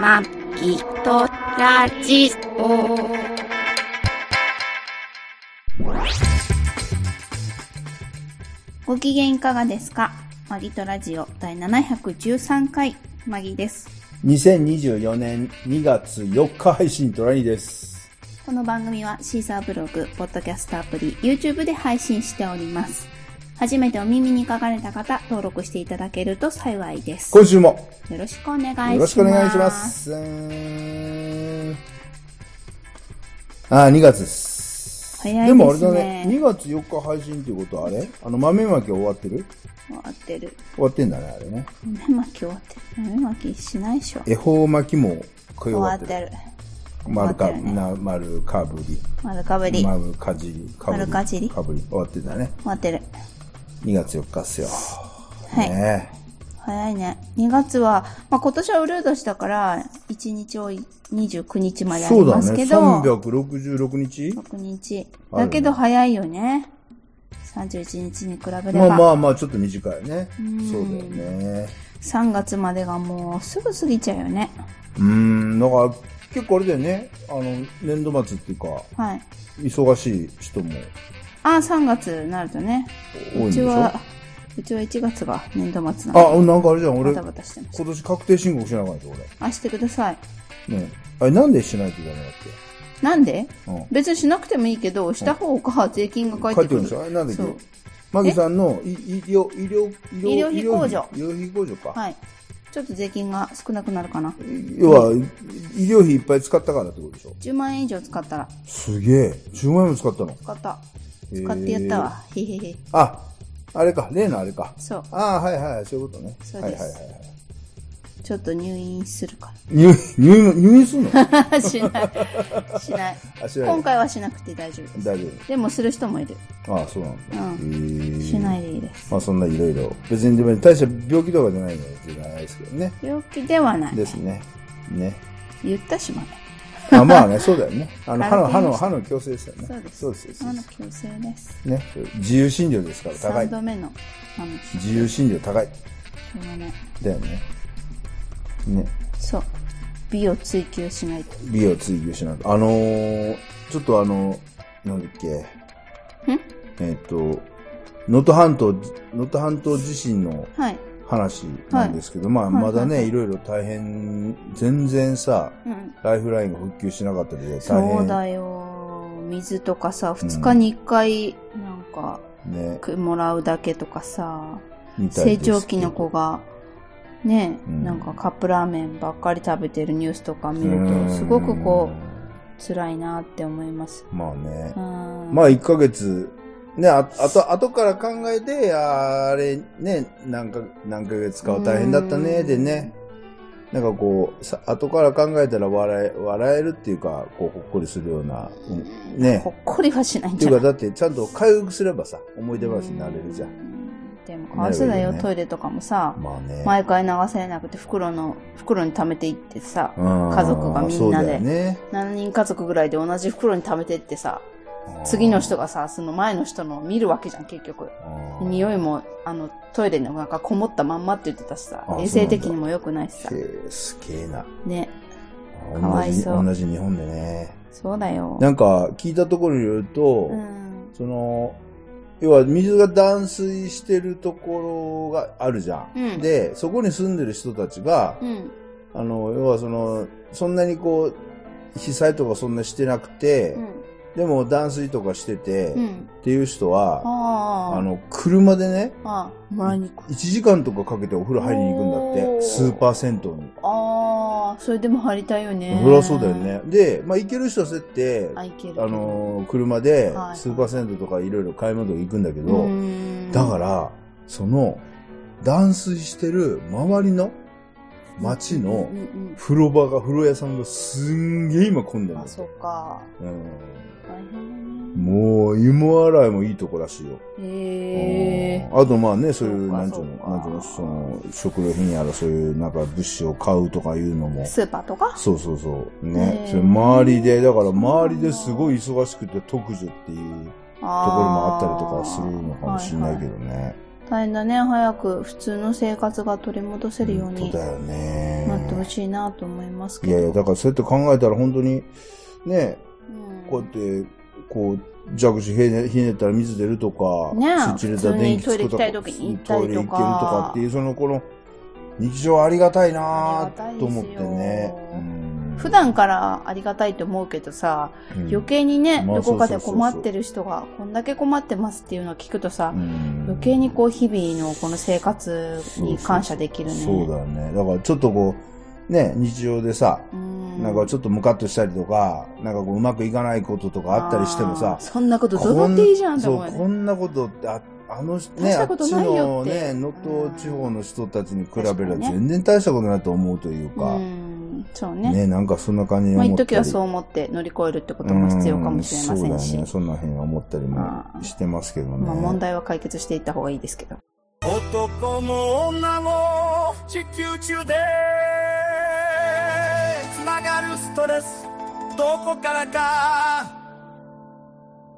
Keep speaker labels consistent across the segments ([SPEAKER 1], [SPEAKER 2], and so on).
[SPEAKER 1] まきとラジオ。ご機嫌いかがですかマギトラジオ第713回、マギです。
[SPEAKER 2] 2024年2月4日配信トラニーです。
[SPEAKER 1] この番組はシーサーブログ、ポッドキャストアプリ、YouTube で配信しております。初めてお耳に書かれた方、登録していただけると幸いです。よ
[SPEAKER 2] 今週も
[SPEAKER 1] ろしくお願いします。
[SPEAKER 2] よろしくお願いしま。す。えーあー、2月です。
[SPEAKER 1] 早いですね
[SPEAKER 2] でもあれだね、2月4日配信っていうことはあれあの豆まき終わってる
[SPEAKER 1] 終わってる。
[SPEAKER 2] 終わってんだね、あれね。
[SPEAKER 1] 豆巻き終わってる。豆巻きしないでしょ。
[SPEAKER 2] 恵方巻きも食
[SPEAKER 1] 終
[SPEAKER 2] い終わ
[SPEAKER 1] わ
[SPEAKER 2] っ
[SPEAKER 1] ってて
[SPEAKER 2] る。
[SPEAKER 1] る。
[SPEAKER 2] 丸か、
[SPEAKER 1] 終わってるね
[SPEAKER 2] な丸かぶり。
[SPEAKER 1] 丸かぶり。終
[SPEAKER 2] 丸かじり。かぶり
[SPEAKER 1] 丸かじり
[SPEAKER 2] かぶり。終わってたね。
[SPEAKER 1] わってる。
[SPEAKER 2] 2月4日っすよ。
[SPEAKER 1] はい。
[SPEAKER 2] ね
[SPEAKER 1] 早いね。2月は、まあ、今年はウルー年だから、1日多い29日ま
[SPEAKER 2] え
[SPEAKER 1] であ
[SPEAKER 2] そ
[SPEAKER 1] り
[SPEAKER 2] うだ
[SPEAKER 1] ます
[SPEAKER 2] ね、
[SPEAKER 1] けど、
[SPEAKER 2] 366日
[SPEAKER 1] 6日。
[SPEAKER 2] ある
[SPEAKER 1] だけど早いよね。31日に比べれ
[SPEAKER 2] ま
[SPEAKER 1] ば、
[SPEAKER 2] あまあまあ、ちょっと短いね。
[SPEAKER 1] ん
[SPEAKER 2] そうだよね。
[SPEAKER 1] 3月までがもうすぐ過ぎちゃうよね。
[SPEAKER 2] うーん、だから結構あれだよね。あの、年度末っていうか、
[SPEAKER 1] はい。
[SPEAKER 2] 忙しい人も
[SPEAKER 1] ああ、3月になるとね。
[SPEAKER 2] 多いん
[SPEAKER 1] う
[SPEAKER 2] でし
[SPEAKER 1] ち
[SPEAKER 2] ょ
[SPEAKER 1] は
[SPEAKER 2] あ、、
[SPEAKER 1] うちは1月が年度末なので、
[SPEAKER 2] なんかあれじゃん、俺、
[SPEAKER 1] バ
[SPEAKER 2] 今
[SPEAKER 1] タバタしてます。
[SPEAKER 2] 年確定申告しなあかったでしょ、
[SPEAKER 1] あ、してください。
[SPEAKER 2] 俺。ね。あれ、なんでしないといけないんだっ
[SPEAKER 1] なんで
[SPEAKER 2] けうん。
[SPEAKER 1] 別にしなくてもいいけど、した方が税金が返っ
[SPEAKER 2] 帰ってて
[SPEAKER 1] く
[SPEAKER 2] くるん
[SPEAKER 1] る。
[SPEAKER 2] でしょあれ、なんだっけ
[SPEAKER 1] そう
[SPEAKER 2] マギさんのい医療、医療、医
[SPEAKER 1] 医療費控除
[SPEAKER 2] 医療費控除か。
[SPEAKER 1] はい。ちょっと税金が少なくなるかな。
[SPEAKER 2] 要は、医療費いっぱい使ったからってことでしょ
[SPEAKER 1] 10万円以上使ったら。
[SPEAKER 2] すげえ。10万円も使ったの。
[SPEAKER 1] 使った。
[SPEAKER 2] へえ
[SPEAKER 1] 使ってやったわ。へへへ。
[SPEAKER 2] あ、あれか、例のあれか。
[SPEAKER 1] そう。
[SPEAKER 2] ああ、はいはいはい、そういうことね。
[SPEAKER 1] そうです
[SPEAKER 2] はいはいはいはい。
[SPEAKER 1] ちょっと入院するか
[SPEAKER 2] 入院、入院、入院する の
[SPEAKER 1] ら。しない。しない。
[SPEAKER 2] あ、しない
[SPEAKER 1] 今回はしなくて大丈夫です。
[SPEAKER 2] 大丈
[SPEAKER 1] でもする人もいる。
[SPEAKER 2] 夫。ああ、そうなんだ。
[SPEAKER 1] う
[SPEAKER 2] へえ
[SPEAKER 1] しないでいいです。
[SPEAKER 2] まあそんないろいろ。別にでも大した病気とかじゃないのじゃないですけどね。
[SPEAKER 1] 病気ではない。
[SPEAKER 2] ですね。ね。
[SPEAKER 1] 言ったしまね。
[SPEAKER 2] あまあね、そうだ よね。あの、歯の、
[SPEAKER 1] あ
[SPEAKER 2] 歯
[SPEAKER 1] の
[SPEAKER 2] の、歯の矯正ですよね。
[SPEAKER 1] そうです
[SPEAKER 2] そうです。そう
[SPEAKER 1] 歯の
[SPEAKER 2] です
[SPEAKER 1] 矯正です。
[SPEAKER 2] ね。自由診療ですから高
[SPEAKER 1] 3
[SPEAKER 2] い。
[SPEAKER 1] 度目の歯の矯
[SPEAKER 2] 自由診療高い。
[SPEAKER 1] 正はね。
[SPEAKER 2] だよね。ね。
[SPEAKER 1] そう。美を追求しないと。
[SPEAKER 2] 美を追求しないと。あのー、ちょっとあの、なんだっけ。えっ、と、能登半島、能登半島地震の
[SPEAKER 1] はい。
[SPEAKER 2] 話なんですけど、ま
[SPEAKER 1] は
[SPEAKER 2] あ、
[SPEAKER 1] い
[SPEAKER 2] まだ
[SPEAKER 1] は
[SPEAKER 2] ね、
[SPEAKER 1] い
[SPEAKER 2] いろいろ大変、全然さ、
[SPEAKER 1] うん。
[SPEAKER 2] ライフラインが復旧しなかったけど、
[SPEAKER 1] そ
[SPEAKER 2] 大
[SPEAKER 1] う
[SPEAKER 2] 変。
[SPEAKER 1] だよ。水とかさ、2日に1回、なんか、
[SPEAKER 2] ね、
[SPEAKER 1] くもらうだけとかさ、
[SPEAKER 2] みた
[SPEAKER 1] 成
[SPEAKER 2] いですけど
[SPEAKER 1] 長期の子が、ね、
[SPEAKER 2] うん
[SPEAKER 1] なんかカップラーメンばっかり食べてるニュースとか見
[SPEAKER 2] う
[SPEAKER 1] る
[SPEAKER 2] ん
[SPEAKER 1] と、すごくこう、辛いなって思います。
[SPEAKER 2] まあね
[SPEAKER 1] う。ん。
[SPEAKER 2] まあ、1ヶ月、ね、ああと、後から考えて、あーあれ、ね、何か、何ヶ月かは大変だったね、
[SPEAKER 1] うん
[SPEAKER 2] でね、なんかこう、さ後から考えたら笑え、笑えるっていうか、こう、ほっこりするような、うんね
[SPEAKER 1] ほ。っこりはしないん
[SPEAKER 2] って
[SPEAKER 1] じ
[SPEAKER 2] い
[SPEAKER 1] ゃ
[SPEAKER 2] う
[SPEAKER 1] な
[SPEAKER 2] か、
[SPEAKER 1] い
[SPEAKER 2] だって、ちゃんと回復すればさ、思い出
[SPEAKER 1] う
[SPEAKER 2] 話になれるじゃん。
[SPEAKER 1] ん。でも、かわいそうだよ、
[SPEAKER 2] なるよね
[SPEAKER 1] トイレとかもさ、
[SPEAKER 2] まあね。
[SPEAKER 1] 毎回流されなくて、袋の、袋に溜めていってさ、
[SPEAKER 2] 家
[SPEAKER 1] 家族がみんなで
[SPEAKER 2] ね、
[SPEAKER 1] 7人家族ぐらいで同じ袋に溜めてってさ、次の人がさ、その前の人のを見るわけじゃん、結局。匂
[SPEAKER 2] い
[SPEAKER 1] いも、あの、トイレのなんかこもったまんまって言ってたしさ
[SPEAKER 2] あ、
[SPEAKER 1] 衛生的にも良くないしさ。
[SPEAKER 2] すげえな。
[SPEAKER 1] ね、
[SPEAKER 2] 同じ
[SPEAKER 1] かわいそう
[SPEAKER 2] 同じ日本でね。
[SPEAKER 1] そうだよ。
[SPEAKER 2] なんか、聞いたところによると、
[SPEAKER 1] うん。
[SPEAKER 2] その、要は水が断水してるところがあるじゃん。
[SPEAKER 1] うん
[SPEAKER 2] で、そこに住んでる人たちが、
[SPEAKER 1] うん。
[SPEAKER 2] あの、要はその、そんなにこう、被災とかそんなしてなくて、
[SPEAKER 1] うん。
[SPEAKER 2] でも断水とかしてて、
[SPEAKER 1] う
[SPEAKER 2] っ
[SPEAKER 1] ん。
[SPEAKER 2] ていう人は、
[SPEAKER 1] ああ。
[SPEAKER 2] あ、の、車でね、
[SPEAKER 1] ああ、もらいに行く。
[SPEAKER 2] 1時間とかかけてお風呂入りに行くんだ
[SPEAKER 1] お
[SPEAKER 2] っ
[SPEAKER 1] ー
[SPEAKER 2] て、スーパー銭湯に。
[SPEAKER 1] ああ、それでも入りたいよね。
[SPEAKER 2] そりゃそうだよ。ね。で、まあ行ける人はそうやって、
[SPEAKER 1] あ、いける。
[SPEAKER 2] あ、のー、車で
[SPEAKER 1] はい
[SPEAKER 2] スーパー銭湯とかいろいろ買い物とか行くんだけど、
[SPEAKER 1] うん。
[SPEAKER 2] だか、ら、その、断水してる周りの街の
[SPEAKER 1] うんうん
[SPEAKER 2] 風呂場が、風呂屋さんがすんげえ今混んで
[SPEAKER 1] う
[SPEAKER 2] る
[SPEAKER 1] ん。あ、
[SPEAKER 2] んだって
[SPEAKER 1] そうか。
[SPEAKER 2] うん
[SPEAKER 1] 大変だね。
[SPEAKER 2] もう、芋洗いもいいとこらしいよ。
[SPEAKER 1] ええ。
[SPEAKER 2] あとまあね、そういう、
[SPEAKER 1] そうか
[SPEAKER 2] なんちゅう
[SPEAKER 1] そう
[SPEAKER 2] の、
[SPEAKER 1] か
[SPEAKER 2] なんちゅうの、その、食料品やらそういう、なんか物資を買うとかいうのも。
[SPEAKER 1] スーパーとか
[SPEAKER 2] そうそうそう。
[SPEAKER 1] へ
[SPEAKER 2] ね
[SPEAKER 1] え。
[SPEAKER 2] それ周りで、だから
[SPEAKER 1] そうなんだ
[SPEAKER 2] 周りですごい忙しくて特需っていう
[SPEAKER 1] と
[SPEAKER 2] と
[SPEAKER 1] ころ
[SPEAKER 2] ころもあったりとかするのかもしれないけどね。
[SPEAKER 1] 大変だね。早く普通の生活が取り戻せるよう
[SPEAKER 2] 本
[SPEAKER 1] に
[SPEAKER 2] 当だよね。
[SPEAKER 1] なってほしいなと思いますけ
[SPEAKER 2] い
[SPEAKER 1] ど。
[SPEAKER 2] やいや、だからそうやって考えたら本当に、ね、
[SPEAKER 1] うん
[SPEAKER 2] こうやって、こう、弱視ひねひねったら水出るとか、
[SPEAKER 1] ねえ
[SPEAKER 2] スイッチ入れたら電気つく
[SPEAKER 1] 普通に
[SPEAKER 2] とか、
[SPEAKER 1] トイレ行きたい時に行ったりとか
[SPEAKER 2] トイレ行けるとかっていう、そのこの、日常ありがたいな
[SPEAKER 1] ありがたいですよ
[SPEAKER 2] と思ってね。うん
[SPEAKER 1] 普段からありがたいと思うけどさ、
[SPEAKER 2] うん
[SPEAKER 1] 余計にね、
[SPEAKER 2] まあ
[SPEAKER 1] どこかで
[SPEAKER 2] そうそうそうそう
[SPEAKER 1] 困ってる人がこんだけ困ってますっていうのを聞くとさ、
[SPEAKER 2] うん
[SPEAKER 1] 余計にこう日々のこの生活に感謝できるね。
[SPEAKER 2] そうだよね。だからちょっとこう、ね、日常でさ、
[SPEAKER 1] うん
[SPEAKER 2] なんかちょっとムカッとしたりとか、なんかこううまくいかないこととかあったりしてもさ
[SPEAKER 1] あー、そんなこと
[SPEAKER 2] こ
[SPEAKER 1] ど
[SPEAKER 2] ん
[SPEAKER 1] うだっていいじゃんと
[SPEAKER 2] そ
[SPEAKER 1] 思う
[SPEAKER 2] う、
[SPEAKER 1] よ
[SPEAKER 2] こ
[SPEAKER 1] ね。
[SPEAKER 2] んなことって、ああのし、
[SPEAKER 1] 大
[SPEAKER 2] ね、
[SPEAKER 1] し
[SPEAKER 2] あ
[SPEAKER 1] た
[SPEAKER 2] っ
[SPEAKER 1] こと
[SPEAKER 2] ち
[SPEAKER 1] ないよ
[SPEAKER 2] の
[SPEAKER 1] って
[SPEAKER 2] ね、能登地方の人たちに比べれ
[SPEAKER 1] 確か
[SPEAKER 2] ば
[SPEAKER 1] にね
[SPEAKER 2] 全然大したことないと思うというか
[SPEAKER 1] う、んそうね。
[SPEAKER 2] ね、なんかそんな感じに
[SPEAKER 1] まあ、一
[SPEAKER 2] 思ったり。
[SPEAKER 1] 時はそう思って乗り越えるってことも必要かもしれませんし、
[SPEAKER 2] うそうだね、そんな辺は思ったりもしてますけどね。
[SPEAKER 1] まあ、問題は解決していった方がいいですけど。
[SPEAKER 3] 男も女も地球中でつながるストレスどこからか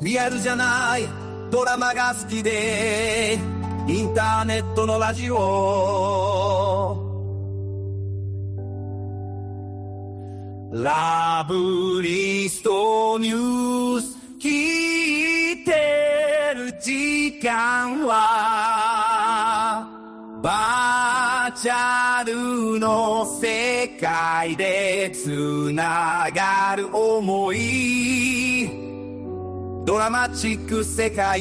[SPEAKER 3] リアルじゃないドラマが好きでインターネットのラジオラブリストニュース聞いてる時間はバーチャルの世界でつながる想いドラマチック世界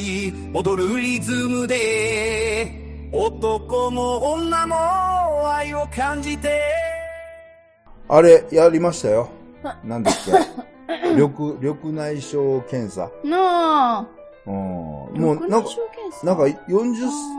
[SPEAKER 3] 踊るリズムで男も女も愛を感じて
[SPEAKER 2] あれ、やりましたよ
[SPEAKER 1] あ。
[SPEAKER 2] なんだっけ。緑、緑内障検査。
[SPEAKER 1] なあ
[SPEAKER 2] うん。も
[SPEAKER 1] も
[SPEAKER 2] う、なんか、なんか、40
[SPEAKER 1] あ、ー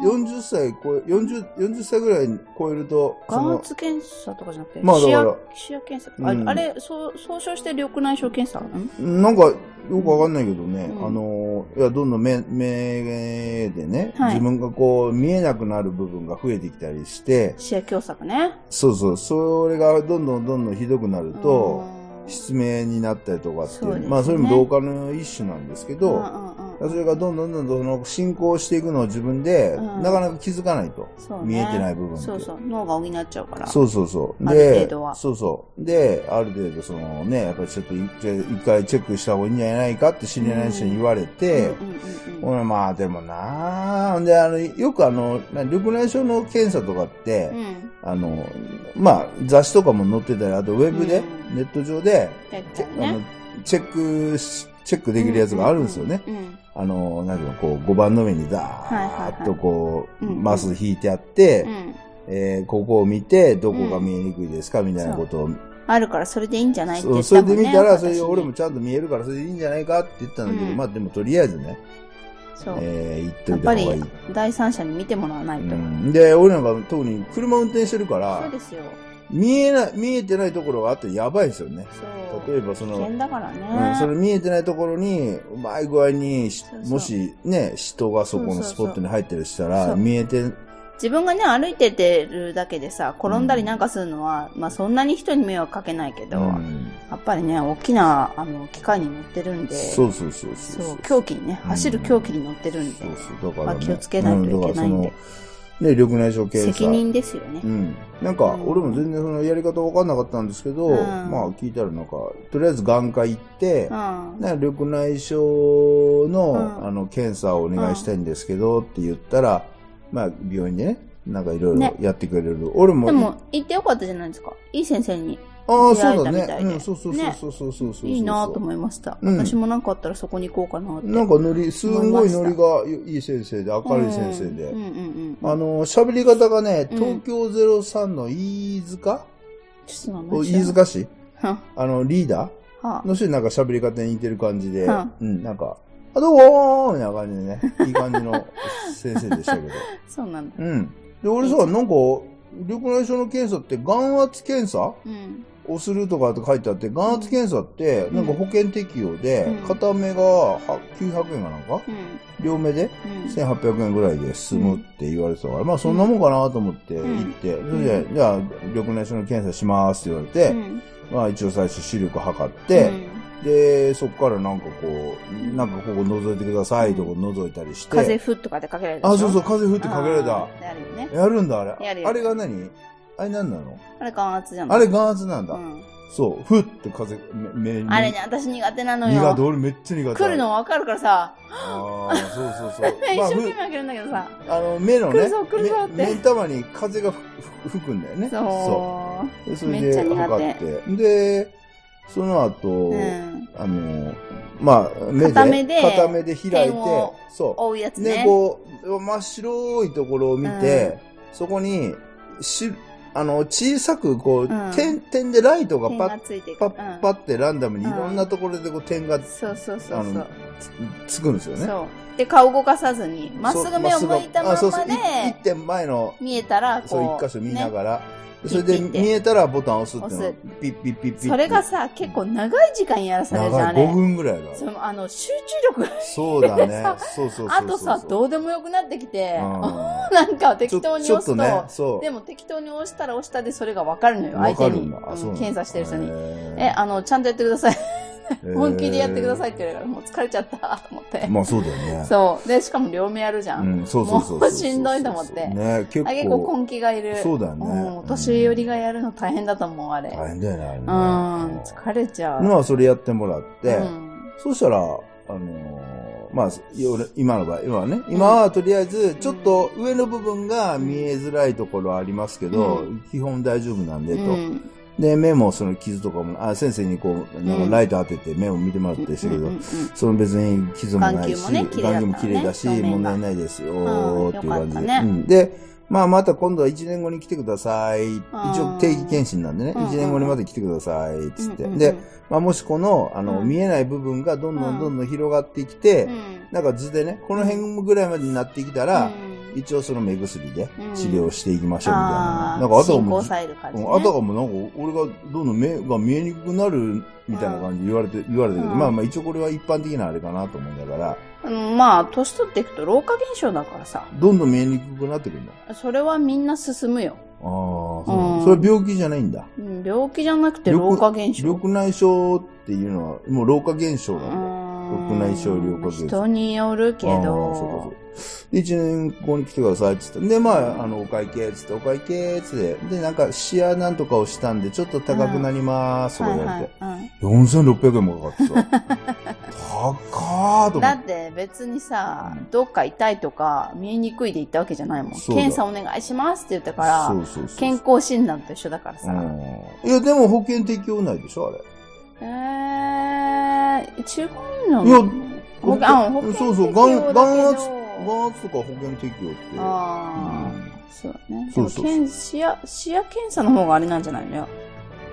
[SPEAKER 2] 40歳超え、40、40歳ぐらい超えると、そ
[SPEAKER 1] 眼
[SPEAKER 2] の、
[SPEAKER 1] 圧検査とかじゃなくて、
[SPEAKER 2] まあだから
[SPEAKER 1] 視野視野検査とか、あ
[SPEAKER 2] うん
[SPEAKER 1] あれそう総称して緑内障検査ん
[SPEAKER 2] なんか、よくわかんないけどね、
[SPEAKER 1] うん
[SPEAKER 2] あの、いや、どんどん目、目でね、
[SPEAKER 1] はい
[SPEAKER 2] 自分がこう、見えなくなる部分が増えてきたりして、
[SPEAKER 1] 視野狭窄ね。
[SPEAKER 2] そうそう、それがどんどんどんどんひどくなると、
[SPEAKER 1] うん
[SPEAKER 2] 失明になったりとかっていう
[SPEAKER 1] そうですね
[SPEAKER 2] まあ、それも老化の一種なんですけ
[SPEAKER 1] う
[SPEAKER 2] ど、
[SPEAKER 1] んうんうん
[SPEAKER 2] それがどんどんどんどんその進行していくのを自分で、
[SPEAKER 1] うん
[SPEAKER 2] なかなか気づかないと。
[SPEAKER 1] そうね
[SPEAKER 2] 見えてない部分って
[SPEAKER 1] そうそう、脳が補っちゃうから。
[SPEAKER 2] そうそうそう。
[SPEAKER 1] ある程度は
[SPEAKER 2] そうそう。で、ある程度、そのね、やっぱりちょっと一回一回チェックした方がいいんじゃないかって知り合いの人に言われ
[SPEAKER 1] うん
[SPEAKER 2] て、
[SPEAKER 1] うんうん
[SPEAKER 2] ほらまあでもなあで、あの、よくあの、な緑内障の検査とかって、
[SPEAKER 1] うん。うん。
[SPEAKER 2] あの、まあ雑誌とかも載ってたり、あとウェブで、
[SPEAKER 1] うん
[SPEAKER 2] ネット上で、
[SPEAKER 1] やっち
[SPEAKER 2] チ
[SPEAKER 1] ゃう
[SPEAKER 2] ェ
[SPEAKER 1] ね
[SPEAKER 2] あの。チェックし、チェックできるやつがあるんですよね。
[SPEAKER 1] うんうんうん
[SPEAKER 2] あの、なんていうの、こう、5番の目にダーッとこう、
[SPEAKER 1] はいはいはいうん
[SPEAKER 2] マス引いてあって、
[SPEAKER 1] うんうん
[SPEAKER 2] えーここを見て、どこが見えにくいですか、みたいなことを、
[SPEAKER 1] あるからそれでいいんじゃないって
[SPEAKER 2] そ
[SPEAKER 1] 言
[SPEAKER 2] う
[SPEAKER 1] っ
[SPEAKER 2] そ
[SPEAKER 1] た
[SPEAKER 2] れ
[SPEAKER 1] もんね
[SPEAKER 2] で見たら、それ
[SPEAKER 1] 私
[SPEAKER 2] で
[SPEAKER 1] に
[SPEAKER 2] 俺もちゃんと見えるから、それでいいんじゃないかって言ったんだけど、
[SPEAKER 1] うん
[SPEAKER 2] まあでもとりあえずね、
[SPEAKER 1] そう
[SPEAKER 2] えー、言っと
[SPEAKER 1] や
[SPEAKER 2] い
[SPEAKER 1] っぱ
[SPEAKER 2] た方がい
[SPEAKER 1] り
[SPEAKER 2] い。
[SPEAKER 1] 第三者に見てもらわないと、
[SPEAKER 2] うん、で、俺なんか特に車運転してるか
[SPEAKER 1] そう
[SPEAKER 2] ら、
[SPEAKER 1] ですよ
[SPEAKER 2] 見えない、見えてないところがあってやばいですよね。
[SPEAKER 1] そう
[SPEAKER 2] 例えばそ
[SPEAKER 1] 危
[SPEAKER 2] の、
[SPEAKER 1] 険だからね、
[SPEAKER 2] うん、それ見えてないところに、うまい具合に
[SPEAKER 1] そ
[SPEAKER 2] し
[SPEAKER 1] うそう
[SPEAKER 2] もしね、人がそこのスポットに入ってるとしたら、
[SPEAKER 1] そうそうそう
[SPEAKER 2] 見えて、
[SPEAKER 1] 自分がね歩いててるだけでさ転んだりなんかするのは、まあそんなに人に迷惑かけないけど、
[SPEAKER 2] うん
[SPEAKER 1] やっぱりね大きなあの機械に乗ってるんで
[SPEAKER 2] そうそうそう
[SPEAKER 1] そ
[SPEAKER 2] そうう。そう
[SPEAKER 1] 狂気にね走る狂気に乗ってるんで、
[SPEAKER 2] そうだから、ね、
[SPEAKER 1] まあ気をつけないといけないんで
[SPEAKER 2] うだからそのね、緑内障検査。
[SPEAKER 1] 責任ですよね、
[SPEAKER 2] うん。なんか、
[SPEAKER 1] うん
[SPEAKER 2] 俺も全然そのやり方わかんなかったんですけど、
[SPEAKER 1] うん
[SPEAKER 2] まあ聞いたらなんか、とりあえず眼科行って
[SPEAKER 1] う、ん
[SPEAKER 2] ね緑内障の,、
[SPEAKER 1] うん
[SPEAKER 2] あの検査をお願いしたいんですけど、って言ったら、まあ病院でね、なんかいろいろ
[SPEAKER 1] ね
[SPEAKER 2] やってくれる。俺も
[SPEAKER 1] でも行ってよかったじゃないですかいい先生に
[SPEAKER 2] ああ、
[SPEAKER 1] 出会え
[SPEAKER 2] そうだ
[SPEAKER 1] たみ
[SPEAKER 2] ね
[SPEAKER 1] た。いで
[SPEAKER 2] うん、そうそうそうそうそうそうそう。
[SPEAKER 1] いいなと思いました、
[SPEAKER 2] うん
[SPEAKER 1] 私もなんかあったらそこに行こうかなって
[SPEAKER 2] なんかノリ、すんごいノ
[SPEAKER 1] 思いました
[SPEAKER 2] リがいい先生で、明るい先生で。
[SPEAKER 1] うんうんうんうん、
[SPEAKER 2] あの、喋り方がね、
[SPEAKER 1] うん
[SPEAKER 2] 東京03の飯塚、
[SPEAKER 1] ちょっと名
[SPEAKER 2] お
[SPEAKER 1] 前知らん
[SPEAKER 2] 飯塚市
[SPEAKER 1] は
[SPEAKER 2] あの、リーダ
[SPEAKER 1] あ
[SPEAKER 2] ーの人になんか喋り方に似てる感じで、
[SPEAKER 1] はあ
[SPEAKER 2] うん、なんか、あ、どうもーみたいな感じでね、 いい感じの先生でしたけど。
[SPEAKER 1] そうなんだ。
[SPEAKER 2] うん。で、俺さ、なんか、緑内障の検査って眼圧検査
[SPEAKER 1] うん。
[SPEAKER 2] をするとかって書いてあって、眼圧検査って、
[SPEAKER 1] うん
[SPEAKER 2] なんか保険適用で、
[SPEAKER 1] うん
[SPEAKER 2] 片目がは900円かなんか
[SPEAKER 1] うん。
[SPEAKER 2] 両目で
[SPEAKER 1] うん。
[SPEAKER 2] 1800円ぐらいで済むって言われてたから、まあそんなもんかなと思って
[SPEAKER 1] うん
[SPEAKER 2] 行って、
[SPEAKER 1] ん
[SPEAKER 2] それで、じゃあ、緑内障の検査しますって言われて、
[SPEAKER 1] うん
[SPEAKER 2] まあ一応最初視力測って、
[SPEAKER 1] うん
[SPEAKER 2] で、そこからなんかこう、なんかここ覗いてくださいとこ覗いたりして。
[SPEAKER 1] 風ふっとかでかけられるでしょ
[SPEAKER 2] あ、そうそう、風吹いて
[SPEAKER 1] あー
[SPEAKER 2] かけられた。
[SPEAKER 1] なるよね。
[SPEAKER 2] やるんだ、あれ。
[SPEAKER 1] やるよ
[SPEAKER 2] あれが何あれ何なの
[SPEAKER 1] あれ眼圧じゃん。
[SPEAKER 2] あれ眼圧なんだ。
[SPEAKER 1] うん。
[SPEAKER 2] そう、ふって風、め、め、
[SPEAKER 1] あれね、私苦手なの
[SPEAKER 2] 苦手、
[SPEAKER 1] よ。
[SPEAKER 2] 俺めっちゃ苦手。
[SPEAKER 1] 来るの分かるからさ、
[SPEAKER 2] ああ、そうそうそ
[SPEAKER 1] 一生
[SPEAKER 2] う。
[SPEAKER 1] 懸命
[SPEAKER 2] まあ
[SPEAKER 1] 開けるんだけどさ。
[SPEAKER 2] ふあの、目のね
[SPEAKER 1] 来るぞ来るぞっ、て
[SPEAKER 2] 目目ん玉に風がふふ吹くんだよね。
[SPEAKER 1] そ
[SPEAKER 2] そう。でそ
[SPEAKER 1] めっちゃ苦手
[SPEAKER 2] 測って。で、その後
[SPEAKER 1] う。う、ん。
[SPEAKER 2] あの、まあ、目で、
[SPEAKER 1] 片目で
[SPEAKER 2] 片目で開いて
[SPEAKER 1] 点を、
[SPEAKER 2] そ
[SPEAKER 1] 追うやつ
[SPEAKER 2] う。で、
[SPEAKER 1] ね。
[SPEAKER 2] こう、真っ白いところを見て、そこに、し、あの、小さく、こう、
[SPEAKER 1] ん
[SPEAKER 2] 点、点でライトが
[SPEAKER 1] 点
[SPEAKER 2] パ
[SPEAKER 1] が
[SPEAKER 2] ッ、
[SPEAKER 1] ついていく。
[SPEAKER 2] パ
[SPEAKER 1] う
[SPEAKER 2] ッ、
[SPEAKER 1] ん
[SPEAKER 2] パッってランダムにいろんなところでこう点がつ
[SPEAKER 1] そうそうそう
[SPEAKER 2] あ
[SPEAKER 1] そ
[SPEAKER 2] の
[SPEAKER 1] う。
[SPEAKER 2] つくんですよね。
[SPEAKER 1] そう。で、顔動かさずに、まっすぐ目を
[SPEAKER 2] そう
[SPEAKER 1] 向いたま
[SPEAKER 2] あそう
[SPEAKER 1] ま
[SPEAKER 2] そう
[SPEAKER 1] で、
[SPEAKER 2] い一点前の、
[SPEAKER 1] 見えたら、
[SPEAKER 2] そう、
[SPEAKER 1] こう。
[SPEAKER 2] 一箇所見な
[SPEAKER 1] ね
[SPEAKER 2] がら、
[SPEAKER 1] ね
[SPEAKER 2] それで
[SPEAKER 1] ピッピッて
[SPEAKER 2] 見えたらボタンを押すって
[SPEAKER 1] 押
[SPEAKER 2] いうのピッピッピッピッって
[SPEAKER 1] それがさ、結構長い時間やらされるじゃん、
[SPEAKER 2] 長
[SPEAKER 1] あ
[SPEAKER 2] い
[SPEAKER 1] れ
[SPEAKER 2] 5。分ぐらいだ
[SPEAKER 1] その、あの、集中力。
[SPEAKER 2] そう だね。そうそうそうそう。
[SPEAKER 1] あとさ、ど
[SPEAKER 2] う
[SPEAKER 1] うでもよくなってきて、
[SPEAKER 2] ん
[SPEAKER 1] なんか適当に
[SPEAKER 2] ちょ
[SPEAKER 1] 押
[SPEAKER 2] っ
[SPEAKER 1] すと、
[SPEAKER 2] とね、そう。
[SPEAKER 1] でも適当に押したら押したでそれが分かるのよ、
[SPEAKER 2] わ
[SPEAKER 1] 相
[SPEAKER 2] か
[SPEAKER 1] 手
[SPEAKER 2] る
[SPEAKER 1] に。
[SPEAKER 2] んだ
[SPEAKER 1] う
[SPEAKER 2] あ
[SPEAKER 1] ん
[SPEAKER 2] そうなんだ
[SPEAKER 1] 検査してる人に。え
[SPEAKER 2] え、
[SPEAKER 1] あの、ちゃんとやってください。
[SPEAKER 2] ー
[SPEAKER 1] 本気でやってくださいって言われるから、もう疲れちゃった、と思って。
[SPEAKER 2] まあそうだよね。
[SPEAKER 1] そう。で、しかも両目やるじゃ。
[SPEAKER 2] うんん、そうそうそうそう。
[SPEAKER 1] もうしんどいと思って
[SPEAKER 2] ね、結
[SPEAKER 1] あ
[SPEAKER 2] 構。
[SPEAKER 1] 結構根気がいる。
[SPEAKER 2] そうだよね
[SPEAKER 1] うんお
[SPEAKER 2] うん
[SPEAKER 1] 年寄りがやるの大変だと思う、あれ。
[SPEAKER 2] 大変だよね、あれね。
[SPEAKER 1] うん、疲れちゃう。
[SPEAKER 2] まあそれやってもらって、
[SPEAKER 1] うん
[SPEAKER 2] そしたら、あのーまあ、夜今の場合、今はね、今はとりあえず、ちょっと上の部分が見えづらいところありますけど、
[SPEAKER 1] う
[SPEAKER 2] 基本大丈夫なんでと。
[SPEAKER 1] うん
[SPEAKER 2] で、目もその傷とかも、あ、先生にこう、なん
[SPEAKER 1] う
[SPEAKER 2] か
[SPEAKER 1] ん
[SPEAKER 2] ライト当てて目を見てもらってしたけど、
[SPEAKER 1] うんうんうん
[SPEAKER 2] その別に傷もない
[SPEAKER 1] 眼球
[SPEAKER 2] し、
[SPEAKER 1] もね
[SPEAKER 2] 眼球も綺麗だし、
[SPEAKER 1] 綺麗だったね
[SPEAKER 2] 問題ないですよ、
[SPEAKER 1] うん
[SPEAKER 2] っていう感じで、
[SPEAKER 1] よかったね
[SPEAKER 2] うんで、まあまた今度は1年後に来てください。一応定期検診なんでね、
[SPEAKER 1] うんうん
[SPEAKER 2] 1年後にまた来てください、つって。
[SPEAKER 1] うんうんうん
[SPEAKER 2] で、まあ、もしこの、あの、
[SPEAKER 1] うん
[SPEAKER 2] 見えない部分がどんどんどんどん広がって
[SPEAKER 1] う
[SPEAKER 2] きて、
[SPEAKER 1] ん
[SPEAKER 2] なんか図でね、この辺ぐらいまでになってきた
[SPEAKER 1] う
[SPEAKER 2] ら、
[SPEAKER 1] ん
[SPEAKER 2] 一応その目薬で
[SPEAKER 1] うん
[SPEAKER 2] 治療していきましょうみたいな。
[SPEAKER 1] あー
[SPEAKER 2] なんかあとは
[SPEAKER 1] 進
[SPEAKER 2] も
[SPEAKER 1] 行
[SPEAKER 2] う、
[SPEAKER 1] される感じ
[SPEAKER 2] う
[SPEAKER 1] ね。
[SPEAKER 2] んあたかもなんか、俺がどんどん目が見えにくくなるみたいな感じで言われて、言われてるけど、
[SPEAKER 1] うん
[SPEAKER 2] まあまあ一応これは一般的なあれかなと思うんだか
[SPEAKER 1] う
[SPEAKER 2] ら、
[SPEAKER 1] んまあ、年取っていくと老化現象だからさ。
[SPEAKER 2] どんどん見えにくくなってくるの。
[SPEAKER 1] それはみんな進むよ。
[SPEAKER 2] ああ、そう、
[SPEAKER 1] うん
[SPEAKER 2] それは病気じゃないんだ。
[SPEAKER 1] うん病気じゃなくて老化現象。
[SPEAKER 2] 緑内障っていうのは、もう老化現象
[SPEAKER 1] う
[SPEAKER 2] なん
[SPEAKER 1] ー
[SPEAKER 2] だ。
[SPEAKER 1] ん
[SPEAKER 2] 緑内障緑化現象
[SPEAKER 1] 人によるけ
[SPEAKER 2] あー
[SPEAKER 1] ど。
[SPEAKER 2] そうかそうで、一年後に来てくださいって言って。で、まあ、あの、お会計っつって、お会計っつって、で、なんか、視野なんとかをしたんで、ちょっと高くなります、とか言われて。
[SPEAKER 1] はいはい
[SPEAKER 2] 4600円もかかってさ。
[SPEAKER 1] うん
[SPEAKER 2] 高ーと思
[SPEAKER 1] だ
[SPEAKER 2] っ。
[SPEAKER 1] ってて別にさ
[SPEAKER 2] う、
[SPEAKER 1] どっか痛いとか見えにくいで言ったわけじゃないもん。
[SPEAKER 2] そうだ
[SPEAKER 1] 検査お願いしますって言ったから、
[SPEAKER 2] そうそうそう
[SPEAKER 1] 健康診断と一緒だからさ。
[SPEAKER 2] うん。いや、でも保険適用ないでしょ、あれ。
[SPEAKER 1] えー、中古の
[SPEAKER 2] いや
[SPEAKER 1] 保険あ保険
[SPEAKER 2] そうそう、
[SPEAKER 1] 適
[SPEAKER 2] 眼
[SPEAKER 1] 用だけど
[SPEAKER 2] 眼圧、眼圧とか保険適用って。
[SPEAKER 1] ああ、そうだね。
[SPEAKER 2] そうそうそう
[SPEAKER 1] でも検視野、視野検査の方があれなんじゃないのよ。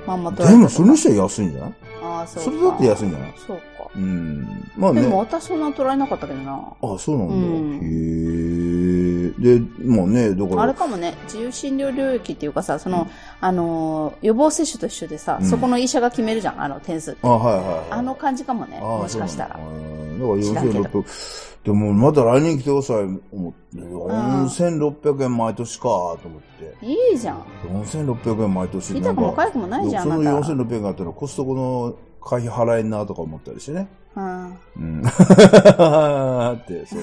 [SPEAKER 1] まんまとられ
[SPEAKER 2] で
[SPEAKER 1] た
[SPEAKER 2] も、それにしては安いんじゃない
[SPEAKER 1] ああ、そうか
[SPEAKER 2] それだって安いんじゃない
[SPEAKER 1] そうか。
[SPEAKER 2] うん。まあ
[SPEAKER 1] で
[SPEAKER 2] ね。
[SPEAKER 1] も私そんな捉えなかったけどな。
[SPEAKER 2] あ、そうなんだ。
[SPEAKER 1] うん
[SPEAKER 2] へえ。で、もうね、だから。
[SPEAKER 1] あれかもね、自由診療領域っていうかさ、その、あのー予防接種と一緒でさ、
[SPEAKER 2] うん
[SPEAKER 1] そこの医者が決めるじゃん、あの点数って。
[SPEAKER 2] あ、はいはい、はい。
[SPEAKER 1] あの感じかもね、
[SPEAKER 2] あー、
[SPEAKER 1] もしかしたら
[SPEAKER 2] そう。なんだあーだから
[SPEAKER 1] 知らんけ
[SPEAKER 2] 4600。でも、また来年来てください、思って。4600円毎年か、と思って。
[SPEAKER 1] いいじゃん。
[SPEAKER 2] 4600円毎年。
[SPEAKER 1] 痛くも痒くもないじゃん、
[SPEAKER 2] そ
[SPEAKER 1] あ
[SPEAKER 2] の
[SPEAKER 1] なた。
[SPEAKER 2] 4600円があったらコストコの会費払えんなとか思ったりしてね。
[SPEAKER 1] うん
[SPEAKER 2] うん。って、そうそう。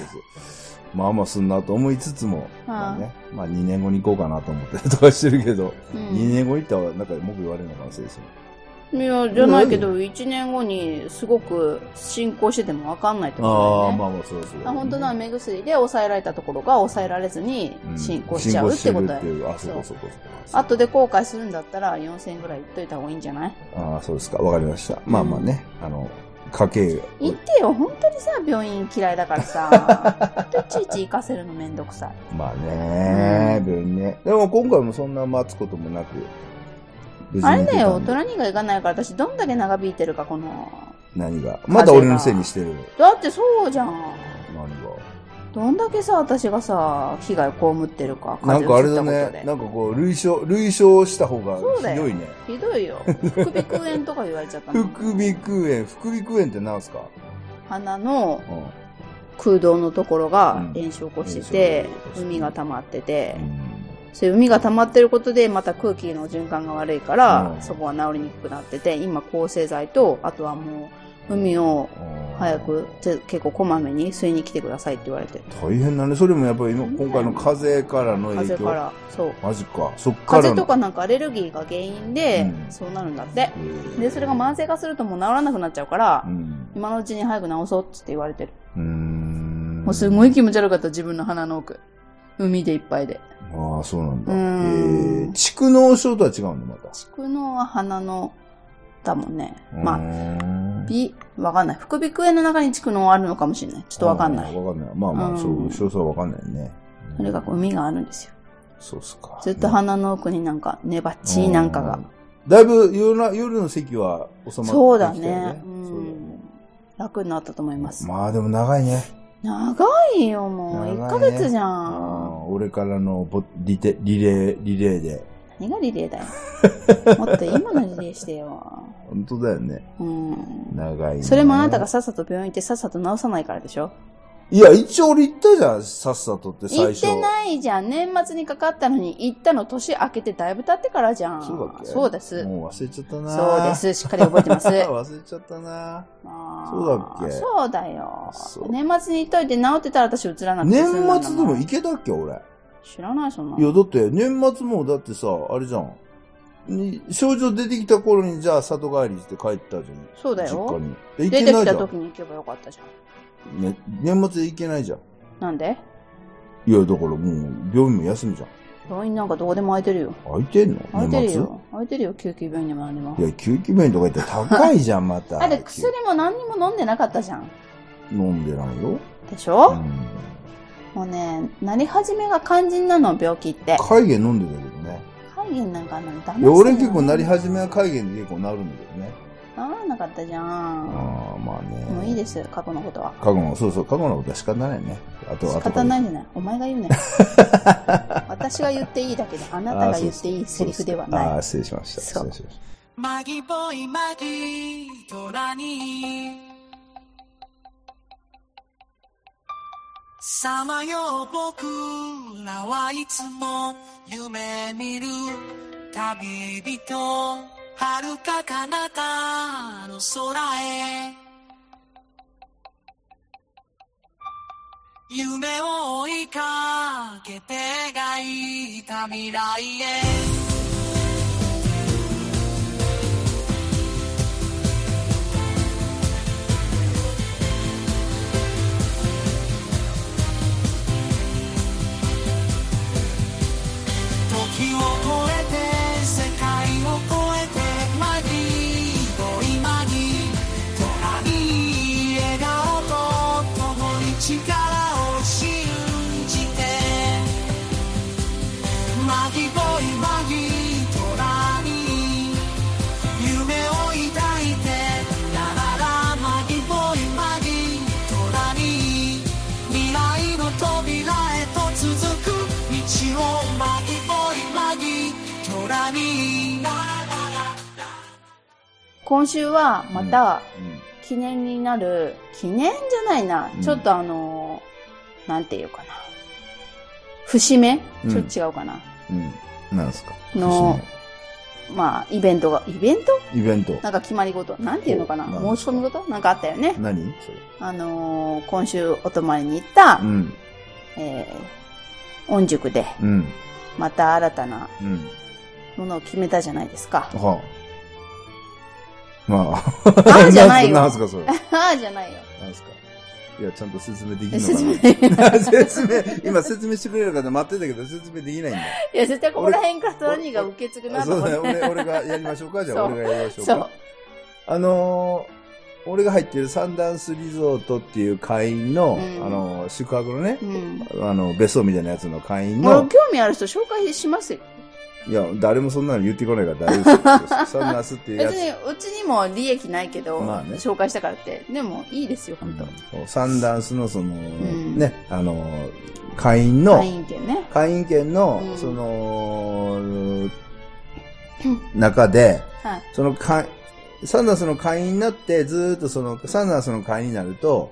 [SPEAKER 2] まあまあすんなと思いつつも、まあね、まあ2年後に行こうかなと思ってとかしてるけど、
[SPEAKER 1] う
[SPEAKER 2] 2
[SPEAKER 1] ん。
[SPEAKER 2] 年後に行ったらなんか文句言われるのかな、先生。
[SPEAKER 1] いや、じゃないけど、1年後にすごく進行しててもわかんないってことだ
[SPEAKER 2] あ
[SPEAKER 1] よ
[SPEAKER 2] あ、
[SPEAKER 1] ね。
[SPEAKER 2] まあまあそうそう、
[SPEAKER 1] あ本当だ、目薬で抑えられたところが抑えられずに
[SPEAKER 2] うん
[SPEAKER 1] 進行しちゃうってことだよ。
[SPEAKER 2] 進行してるっていうあ、そう
[SPEAKER 1] そ
[SPEAKER 2] か
[SPEAKER 1] う
[SPEAKER 2] そうかそうか。
[SPEAKER 1] 後で後悔するんだったら4000円ぐらい言っといた方がいいんじゃない
[SPEAKER 2] ああ、そうですか。わかりました。まあまあね、あの、家計、
[SPEAKER 1] 行ってよ、本当にさ、病院嫌いだからさ、ほんといちいち行かせるのめんどくさ い。
[SPEAKER 2] まあね、病院ね。でも今回もそんな待つこともなく、無事
[SPEAKER 1] あれ
[SPEAKER 2] に行け
[SPEAKER 1] だ
[SPEAKER 2] た
[SPEAKER 1] よ、
[SPEAKER 2] んで
[SPEAKER 1] 大人にが行かないから私どんだけ長引いてるか、この。
[SPEAKER 2] 何が。まだ俺のせいにしてる。
[SPEAKER 1] だってそうじゃん。
[SPEAKER 2] 何が。
[SPEAKER 1] どんだけさ、私がさ、被害被ってるか、
[SPEAKER 2] なんかあれだ
[SPEAKER 1] 風邪移った
[SPEAKER 2] ね、なんかこう、類傷、類傷した方が
[SPEAKER 1] そうだ
[SPEAKER 2] ひ
[SPEAKER 1] よ
[SPEAKER 2] どいね。
[SPEAKER 1] ひどいよ。副鼻腔炎とか言われちゃった
[SPEAKER 2] 副
[SPEAKER 1] の。
[SPEAKER 2] 鼻腔炎、副鼻腔炎って何すか
[SPEAKER 1] 鼻の
[SPEAKER 2] うん。
[SPEAKER 1] 空洞のところが
[SPEAKER 2] うん
[SPEAKER 1] 炎症を起こしてて
[SPEAKER 2] 炎症を起こ、して
[SPEAKER 1] 海が溜まってて
[SPEAKER 2] う、ん
[SPEAKER 1] そういう海が溜まってることでまた空気の循環が悪いから、
[SPEAKER 2] うん
[SPEAKER 1] そこは治りにくくなってて今抗生剤とあとはもう海を
[SPEAKER 2] あー
[SPEAKER 1] 早くて結構こまめに吸いに来てくださいって言われて
[SPEAKER 2] 大変だね。それもやっぱりの今回の風邪からの影
[SPEAKER 1] 風
[SPEAKER 2] 響。
[SPEAKER 1] 邪からそう
[SPEAKER 2] マジか。そっか
[SPEAKER 1] 風
[SPEAKER 2] らの
[SPEAKER 1] 邪とかなんかアレルギーが原因で
[SPEAKER 2] うん
[SPEAKER 1] そうなるんだって
[SPEAKER 2] えー
[SPEAKER 1] でそれが慢性化するともう治らなくなっちゃうから
[SPEAKER 2] うん。
[SPEAKER 1] 今のうちに早く治そうっつって言われてる
[SPEAKER 2] うーん。
[SPEAKER 1] もうすごい。気持ち悪かった自分の鼻の奥海でいっぱいで
[SPEAKER 2] ああ、そうなんだ。
[SPEAKER 1] う
[SPEAKER 2] え
[SPEAKER 1] ん
[SPEAKER 2] ー、蓄能症とは違うんだ、また。
[SPEAKER 1] 蓄能は鼻のだもんねまあ
[SPEAKER 2] あ、
[SPEAKER 1] び、わかんない。副鼻腔炎の中に蓄能あるのかもしれない。ちょっとわかんな
[SPEAKER 2] あ
[SPEAKER 1] い。
[SPEAKER 2] ーわかんない。まあまあ、
[SPEAKER 1] うん
[SPEAKER 2] そう、詳細はわかんないよね。うん
[SPEAKER 1] とにかく海があるんですよ。
[SPEAKER 2] そうっすか。
[SPEAKER 1] ずっと鼻の奥になんか、ねばっちーなんかが。
[SPEAKER 2] うん。だいぶ夜な夜の席は収まってきた
[SPEAKER 1] そうだ
[SPEAKER 2] よ
[SPEAKER 1] ね。う
[SPEAKER 2] そうだよ
[SPEAKER 1] ん。楽になったと思います。
[SPEAKER 2] まあでも長いね。
[SPEAKER 1] 長いよ、もう。1ヶ
[SPEAKER 2] 長いね
[SPEAKER 1] 月じゃ
[SPEAKER 2] あ
[SPEAKER 1] ん。
[SPEAKER 2] ー俺からのボリテリレー、リレーで。
[SPEAKER 1] 何がリレーだよ。もっと今のリレーしてよ。
[SPEAKER 2] 本当だよね。
[SPEAKER 1] うん。
[SPEAKER 2] 長いね。
[SPEAKER 1] それもあなたがさっさと病院行ってさっさと治さないからでしょ
[SPEAKER 2] いや、一応俺言ったじゃん、さっさとって
[SPEAKER 1] 行
[SPEAKER 2] 最
[SPEAKER 1] っ
[SPEAKER 2] 初。
[SPEAKER 1] てないじゃん。年末にかかったのに行ったの年明けてだいぶ経ってからじゃん。
[SPEAKER 2] そうだっけ
[SPEAKER 1] そうです。
[SPEAKER 2] もう忘れちゃったな
[SPEAKER 1] そうで。す。しっかり覚えてます。
[SPEAKER 2] 忘れちゃったな
[SPEAKER 1] あー
[SPEAKER 2] そうだっけ
[SPEAKER 1] そうだよ
[SPEAKER 2] そう。
[SPEAKER 1] 年末に行っといて治ってたら私映らなくて
[SPEAKER 2] 年
[SPEAKER 1] 済んだんだもん
[SPEAKER 2] 末でも行けたっけ、俺。
[SPEAKER 1] 知らない、そんないの。
[SPEAKER 2] や、だって、年末もだってさ、あれじゃん。に症状出てきた頃に、じゃあ、里帰りして帰ったじゃん。
[SPEAKER 1] そうだ
[SPEAKER 2] 実家
[SPEAKER 1] よ。
[SPEAKER 2] に。え、行
[SPEAKER 1] 出
[SPEAKER 2] け
[SPEAKER 1] て
[SPEAKER 2] な
[SPEAKER 1] き
[SPEAKER 2] いじ
[SPEAKER 1] た
[SPEAKER 2] ゃん。
[SPEAKER 1] 時に行けばよかったじゃ
[SPEAKER 2] ね、年末で行けないじゃん。
[SPEAKER 1] ん。なんで
[SPEAKER 2] いや、だからもう、病院も休みじゃん。
[SPEAKER 1] 病院なんかどこでも空いてるよ。
[SPEAKER 2] 空いてんの
[SPEAKER 1] 空いて
[SPEAKER 2] 年
[SPEAKER 1] る
[SPEAKER 2] 末
[SPEAKER 1] よ。空いてるよ、救急病院でも何でも
[SPEAKER 2] い。や、救急病院とか行ったら高いじゃん、また。
[SPEAKER 1] だって薬も何にも飲んでなかったじゃん。
[SPEAKER 2] 飲んでないよ。
[SPEAKER 1] でしょ、
[SPEAKER 2] うん
[SPEAKER 1] もうね、なり始めが肝心なの、病気って。
[SPEAKER 2] 海源飲んでたけどね。
[SPEAKER 1] 肺炎なんかあんなのダメ
[SPEAKER 2] いや、俺結構なり始めは海源で結構なるんだけどね。
[SPEAKER 1] ならなかったじゃん。
[SPEAKER 2] ああ、まあね。
[SPEAKER 1] もういいです、過去のことは。
[SPEAKER 2] 過去の、そうそう、過去のことは仕方ないね。あと、
[SPEAKER 1] 仕
[SPEAKER 2] あと。
[SPEAKER 1] 方ないじゃない。お前が言う ね。私が言っていいだけで、あなたが言っていいセリフでは
[SPEAKER 2] あ
[SPEAKER 1] な
[SPEAKER 2] あ、
[SPEAKER 1] い。
[SPEAKER 2] 失礼しました。
[SPEAKER 1] そ
[SPEAKER 2] 失
[SPEAKER 1] う
[SPEAKER 2] 礼しまし
[SPEAKER 3] マギボーイマギトラにさまよう僕らはいつも夢見る旅人遥か彼方の空へ夢を追いかけて描いた未来へ時を超えて世界を超えてマギーボイマギー隣笑顔と共に力を信じてマギーボイマギー隣夢を抱いてラララマギーボイマギー隣未来の扉へと続く道をマギボイマギ虎に
[SPEAKER 1] 今週はまた
[SPEAKER 2] た。うん
[SPEAKER 1] 記念になる、記念じゃないな
[SPEAKER 2] う。ん
[SPEAKER 1] ちょっとあのー、なんていうかな。節目
[SPEAKER 2] うん
[SPEAKER 1] ちょっと違うかな。
[SPEAKER 2] うん。なんですか
[SPEAKER 1] のまあ、イベントが、イベント
[SPEAKER 2] イベント。
[SPEAKER 1] なんか決まり事なんていうのかな
[SPEAKER 2] おな
[SPEAKER 1] 申
[SPEAKER 2] んです
[SPEAKER 1] し
[SPEAKER 2] か
[SPEAKER 1] 込み事なんかあったよね。
[SPEAKER 2] 何それ。
[SPEAKER 1] あのー、今週お泊まりに行った
[SPEAKER 2] う、ん。
[SPEAKER 1] えー、音塾で、
[SPEAKER 2] うん。
[SPEAKER 1] また新たな
[SPEAKER 2] うん。
[SPEAKER 1] ものを決めたじゃないですか。
[SPEAKER 2] はあ。まあ。
[SPEAKER 1] あじゃないよ
[SPEAKER 2] なんす か、それ。
[SPEAKER 1] ああじゃないよ。
[SPEAKER 2] なんすか。いや、ちゃんと説明できる
[SPEAKER 1] 説明。
[SPEAKER 2] の
[SPEAKER 1] い
[SPEAKER 2] か な。 説明、今説明してくれるかで待ってたけど、説明できないんだ。
[SPEAKER 1] や、絶対ここら辺からトラニーが受け継ぐなと
[SPEAKER 2] そう
[SPEAKER 1] 思っ
[SPEAKER 2] だね、
[SPEAKER 1] て。
[SPEAKER 2] 俺、俺がやりましょうか。じゃあ、
[SPEAKER 1] そう
[SPEAKER 2] 俺がやりましょう
[SPEAKER 1] そう
[SPEAKER 2] か。。あのー、俺が入ってるサンダンスリゾートっていう会員の、
[SPEAKER 1] うん
[SPEAKER 2] あのー、宿泊のね、
[SPEAKER 1] うん。
[SPEAKER 2] あの、別荘みたいなやつの会員
[SPEAKER 1] もう
[SPEAKER 2] の、
[SPEAKER 1] 興味ある人紹介しますよ。
[SPEAKER 2] いや、誰もそんなの言ってこないから大丈夫です よ。サンダンスっていうや
[SPEAKER 1] 別
[SPEAKER 2] つ。
[SPEAKER 1] に、うちにも利益ないけど、
[SPEAKER 2] まあね
[SPEAKER 1] 紹介したからって。でも、いいですよ、本当。
[SPEAKER 2] そうサンダンスのその、
[SPEAKER 1] ん
[SPEAKER 2] ね、あの、会員の
[SPEAKER 1] 会、員権ね。
[SPEAKER 2] 会員権の、
[SPEAKER 1] うん
[SPEAKER 2] そ の、中で、
[SPEAKER 1] はい。
[SPEAKER 2] その会、サンダースの会員になって、ずーっとその、サンダースの会員になると、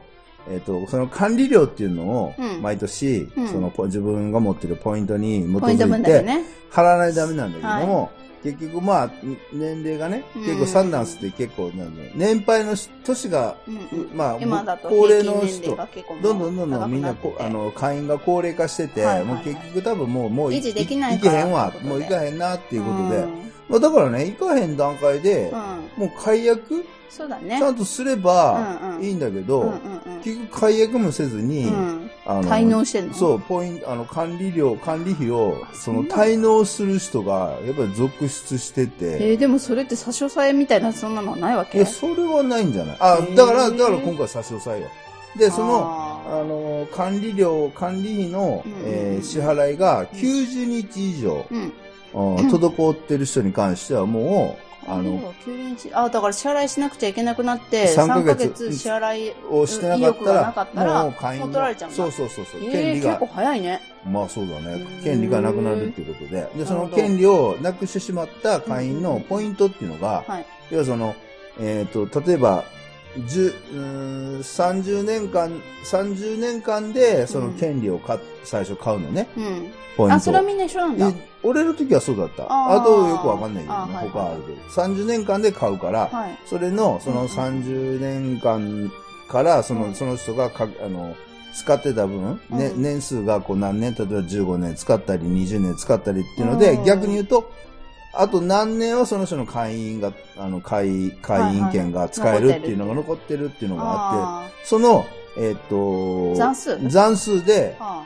[SPEAKER 2] えっ、と、その管理料っていうのを
[SPEAKER 1] う、ん
[SPEAKER 2] 毎年、
[SPEAKER 1] うん
[SPEAKER 2] そのポ、自分が持ってるポイントに基
[SPEAKER 1] ポイント
[SPEAKER 2] づ
[SPEAKER 1] 分
[SPEAKER 2] い
[SPEAKER 1] だけ
[SPEAKER 2] て、
[SPEAKER 1] ね。
[SPEAKER 2] 払わないとダメなんだけども、結局まあ、年齢がね、
[SPEAKER 1] うん
[SPEAKER 2] 結構サンダンスって結構なんだよ、年配の年が、
[SPEAKER 1] うんうん
[SPEAKER 2] まあ、
[SPEAKER 1] 今だと
[SPEAKER 2] 高
[SPEAKER 1] 平
[SPEAKER 2] 齢
[SPEAKER 1] 均年
[SPEAKER 2] の
[SPEAKER 1] 齢
[SPEAKER 2] 人
[SPEAKER 1] が、結構もう
[SPEAKER 2] どんどんどんど
[SPEAKER 1] 高く
[SPEAKER 2] んみんな
[SPEAKER 1] って
[SPEAKER 2] こ
[SPEAKER 1] て
[SPEAKER 2] あの会員が高齢化してて、
[SPEAKER 1] はいはい
[SPEAKER 2] もう結局多分もうもう
[SPEAKER 1] 維持できない
[SPEAKER 2] いけ
[SPEAKER 1] から
[SPEAKER 2] へんわ
[SPEAKER 1] ということで
[SPEAKER 2] もういかへんなっていうことで、
[SPEAKER 1] ん
[SPEAKER 2] まあ、だからねいかへん段階で、
[SPEAKER 1] うん
[SPEAKER 2] もう解約
[SPEAKER 1] そうだ
[SPEAKER 2] ち
[SPEAKER 1] ね
[SPEAKER 2] ゃんとすれば
[SPEAKER 1] うんうん
[SPEAKER 2] いいんだけ
[SPEAKER 1] う
[SPEAKER 2] ど、
[SPEAKER 1] んうんうん
[SPEAKER 2] 結局解約もせずに、
[SPEAKER 1] うん
[SPEAKER 2] あの
[SPEAKER 1] 滞納してんの
[SPEAKER 2] そうポインあの管理料管理費を
[SPEAKER 1] あ
[SPEAKER 2] そ
[SPEAKER 1] そうな
[SPEAKER 2] の
[SPEAKER 1] んだ
[SPEAKER 2] 滞納する人がやっぱり続出してて、
[SPEAKER 1] えーでもそれって差し押さえみたいなそんなのはないわ
[SPEAKER 2] い
[SPEAKER 1] け
[SPEAKER 2] や、それはないんじゃないあ
[SPEAKER 1] へ、ー
[SPEAKER 2] だから、だから今回差し押さえよ。で、その、あ
[SPEAKER 1] あ
[SPEAKER 2] のー、管理料、管理費の、
[SPEAKER 1] うんうんうん
[SPEAKER 2] えー支払いが90日以上、
[SPEAKER 1] ーうん
[SPEAKER 2] うん滞ってる人に関してはもう、あの、
[SPEAKER 1] 急に一あだから支払いしなくちゃいけなくなって
[SPEAKER 2] 3
[SPEAKER 1] 3
[SPEAKER 2] ヶ
[SPEAKER 1] ヶ
[SPEAKER 2] 月
[SPEAKER 1] 月支払い
[SPEAKER 2] をしてなか
[SPEAKER 1] 意欲がなか
[SPEAKER 2] っ
[SPEAKER 1] ったた
[SPEAKER 2] ら、
[SPEAKER 1] ら
[SPEAKER 2] もう会員
[SPEAKER 1] もう取られちゃうんだ
[SPEAKER 2] そうそうそうそう、
[SPEAKER 1] え
[SPEAKER 2] 権
[SPEAKER 1] ー
[SPEAKER 2] 利
[SPEAKER 1] 結
[SPEAKER 2] が
[SPEAKER 1] 構、早いね
[SPEAKER 2] まあそうだね
[SPEAKER 1] う、ん
[SPEAKER 2] 権利がなくなるっていうことで、
[SPEAKER 1] な
[SPEAKER 2] で、そ
[SPEAKER 1] る
[SPEAKER 2] の
[SPEAKER 1] ほど
[SPEAKER 2] 権利をなくしてしまった会員のポイントっていうのが、
[SPEAKER 1] はい
[SPEAKER 2] 要はその、えっ、と、例えば、十、うーん、30年間、30年間で、その権利をか、最初買うのね、
[SPEAKER 1] うん
[SPEAKER 2] ポイン
[SPEAKER 1] あそれは
[SPEAKER 2] トを。
[SPEAKER 1] みんな一緒なんだ
[SPEAKER 2] で俺の時はそうだった。
[SPEAKER 1] あー
[SPEAKER 2] あとよくわかんないけど
[SPEAKER 1] あ
[SPEAKER 2] ね、
[SPEAKER 1] はいはい
[SPEAKER 2] 他あるけど。30年間で買うから、
[SPEAKER 1] はい
[SPEAKER 2] それの、そ
[SPEAKER 1] うんう
[SPEAKER 2] の
[SPEAKER 1] ん
[SPEAKER 2] 30年間から、その、その人がか、あの、使ってた分、ね
[SPEAKER 1] うん
[SPEAKER 2] 年数がこう何年、例えば15年使ったり、20年使ったりっていうので、
[SPEAKER 1] うん
[SPEAKER 2] 逆に言うと、あと何年はその人の会員が、あの、会、会員権が使えるっていうのが残ってるっていうのがあっ
[SPEAKER 1] あ
[SPEAKER 2] て、その、えっと、
[SPEAKER 1] 残数
[SPEAKER 2] 残数で
[SPEAKER 1] ー、あ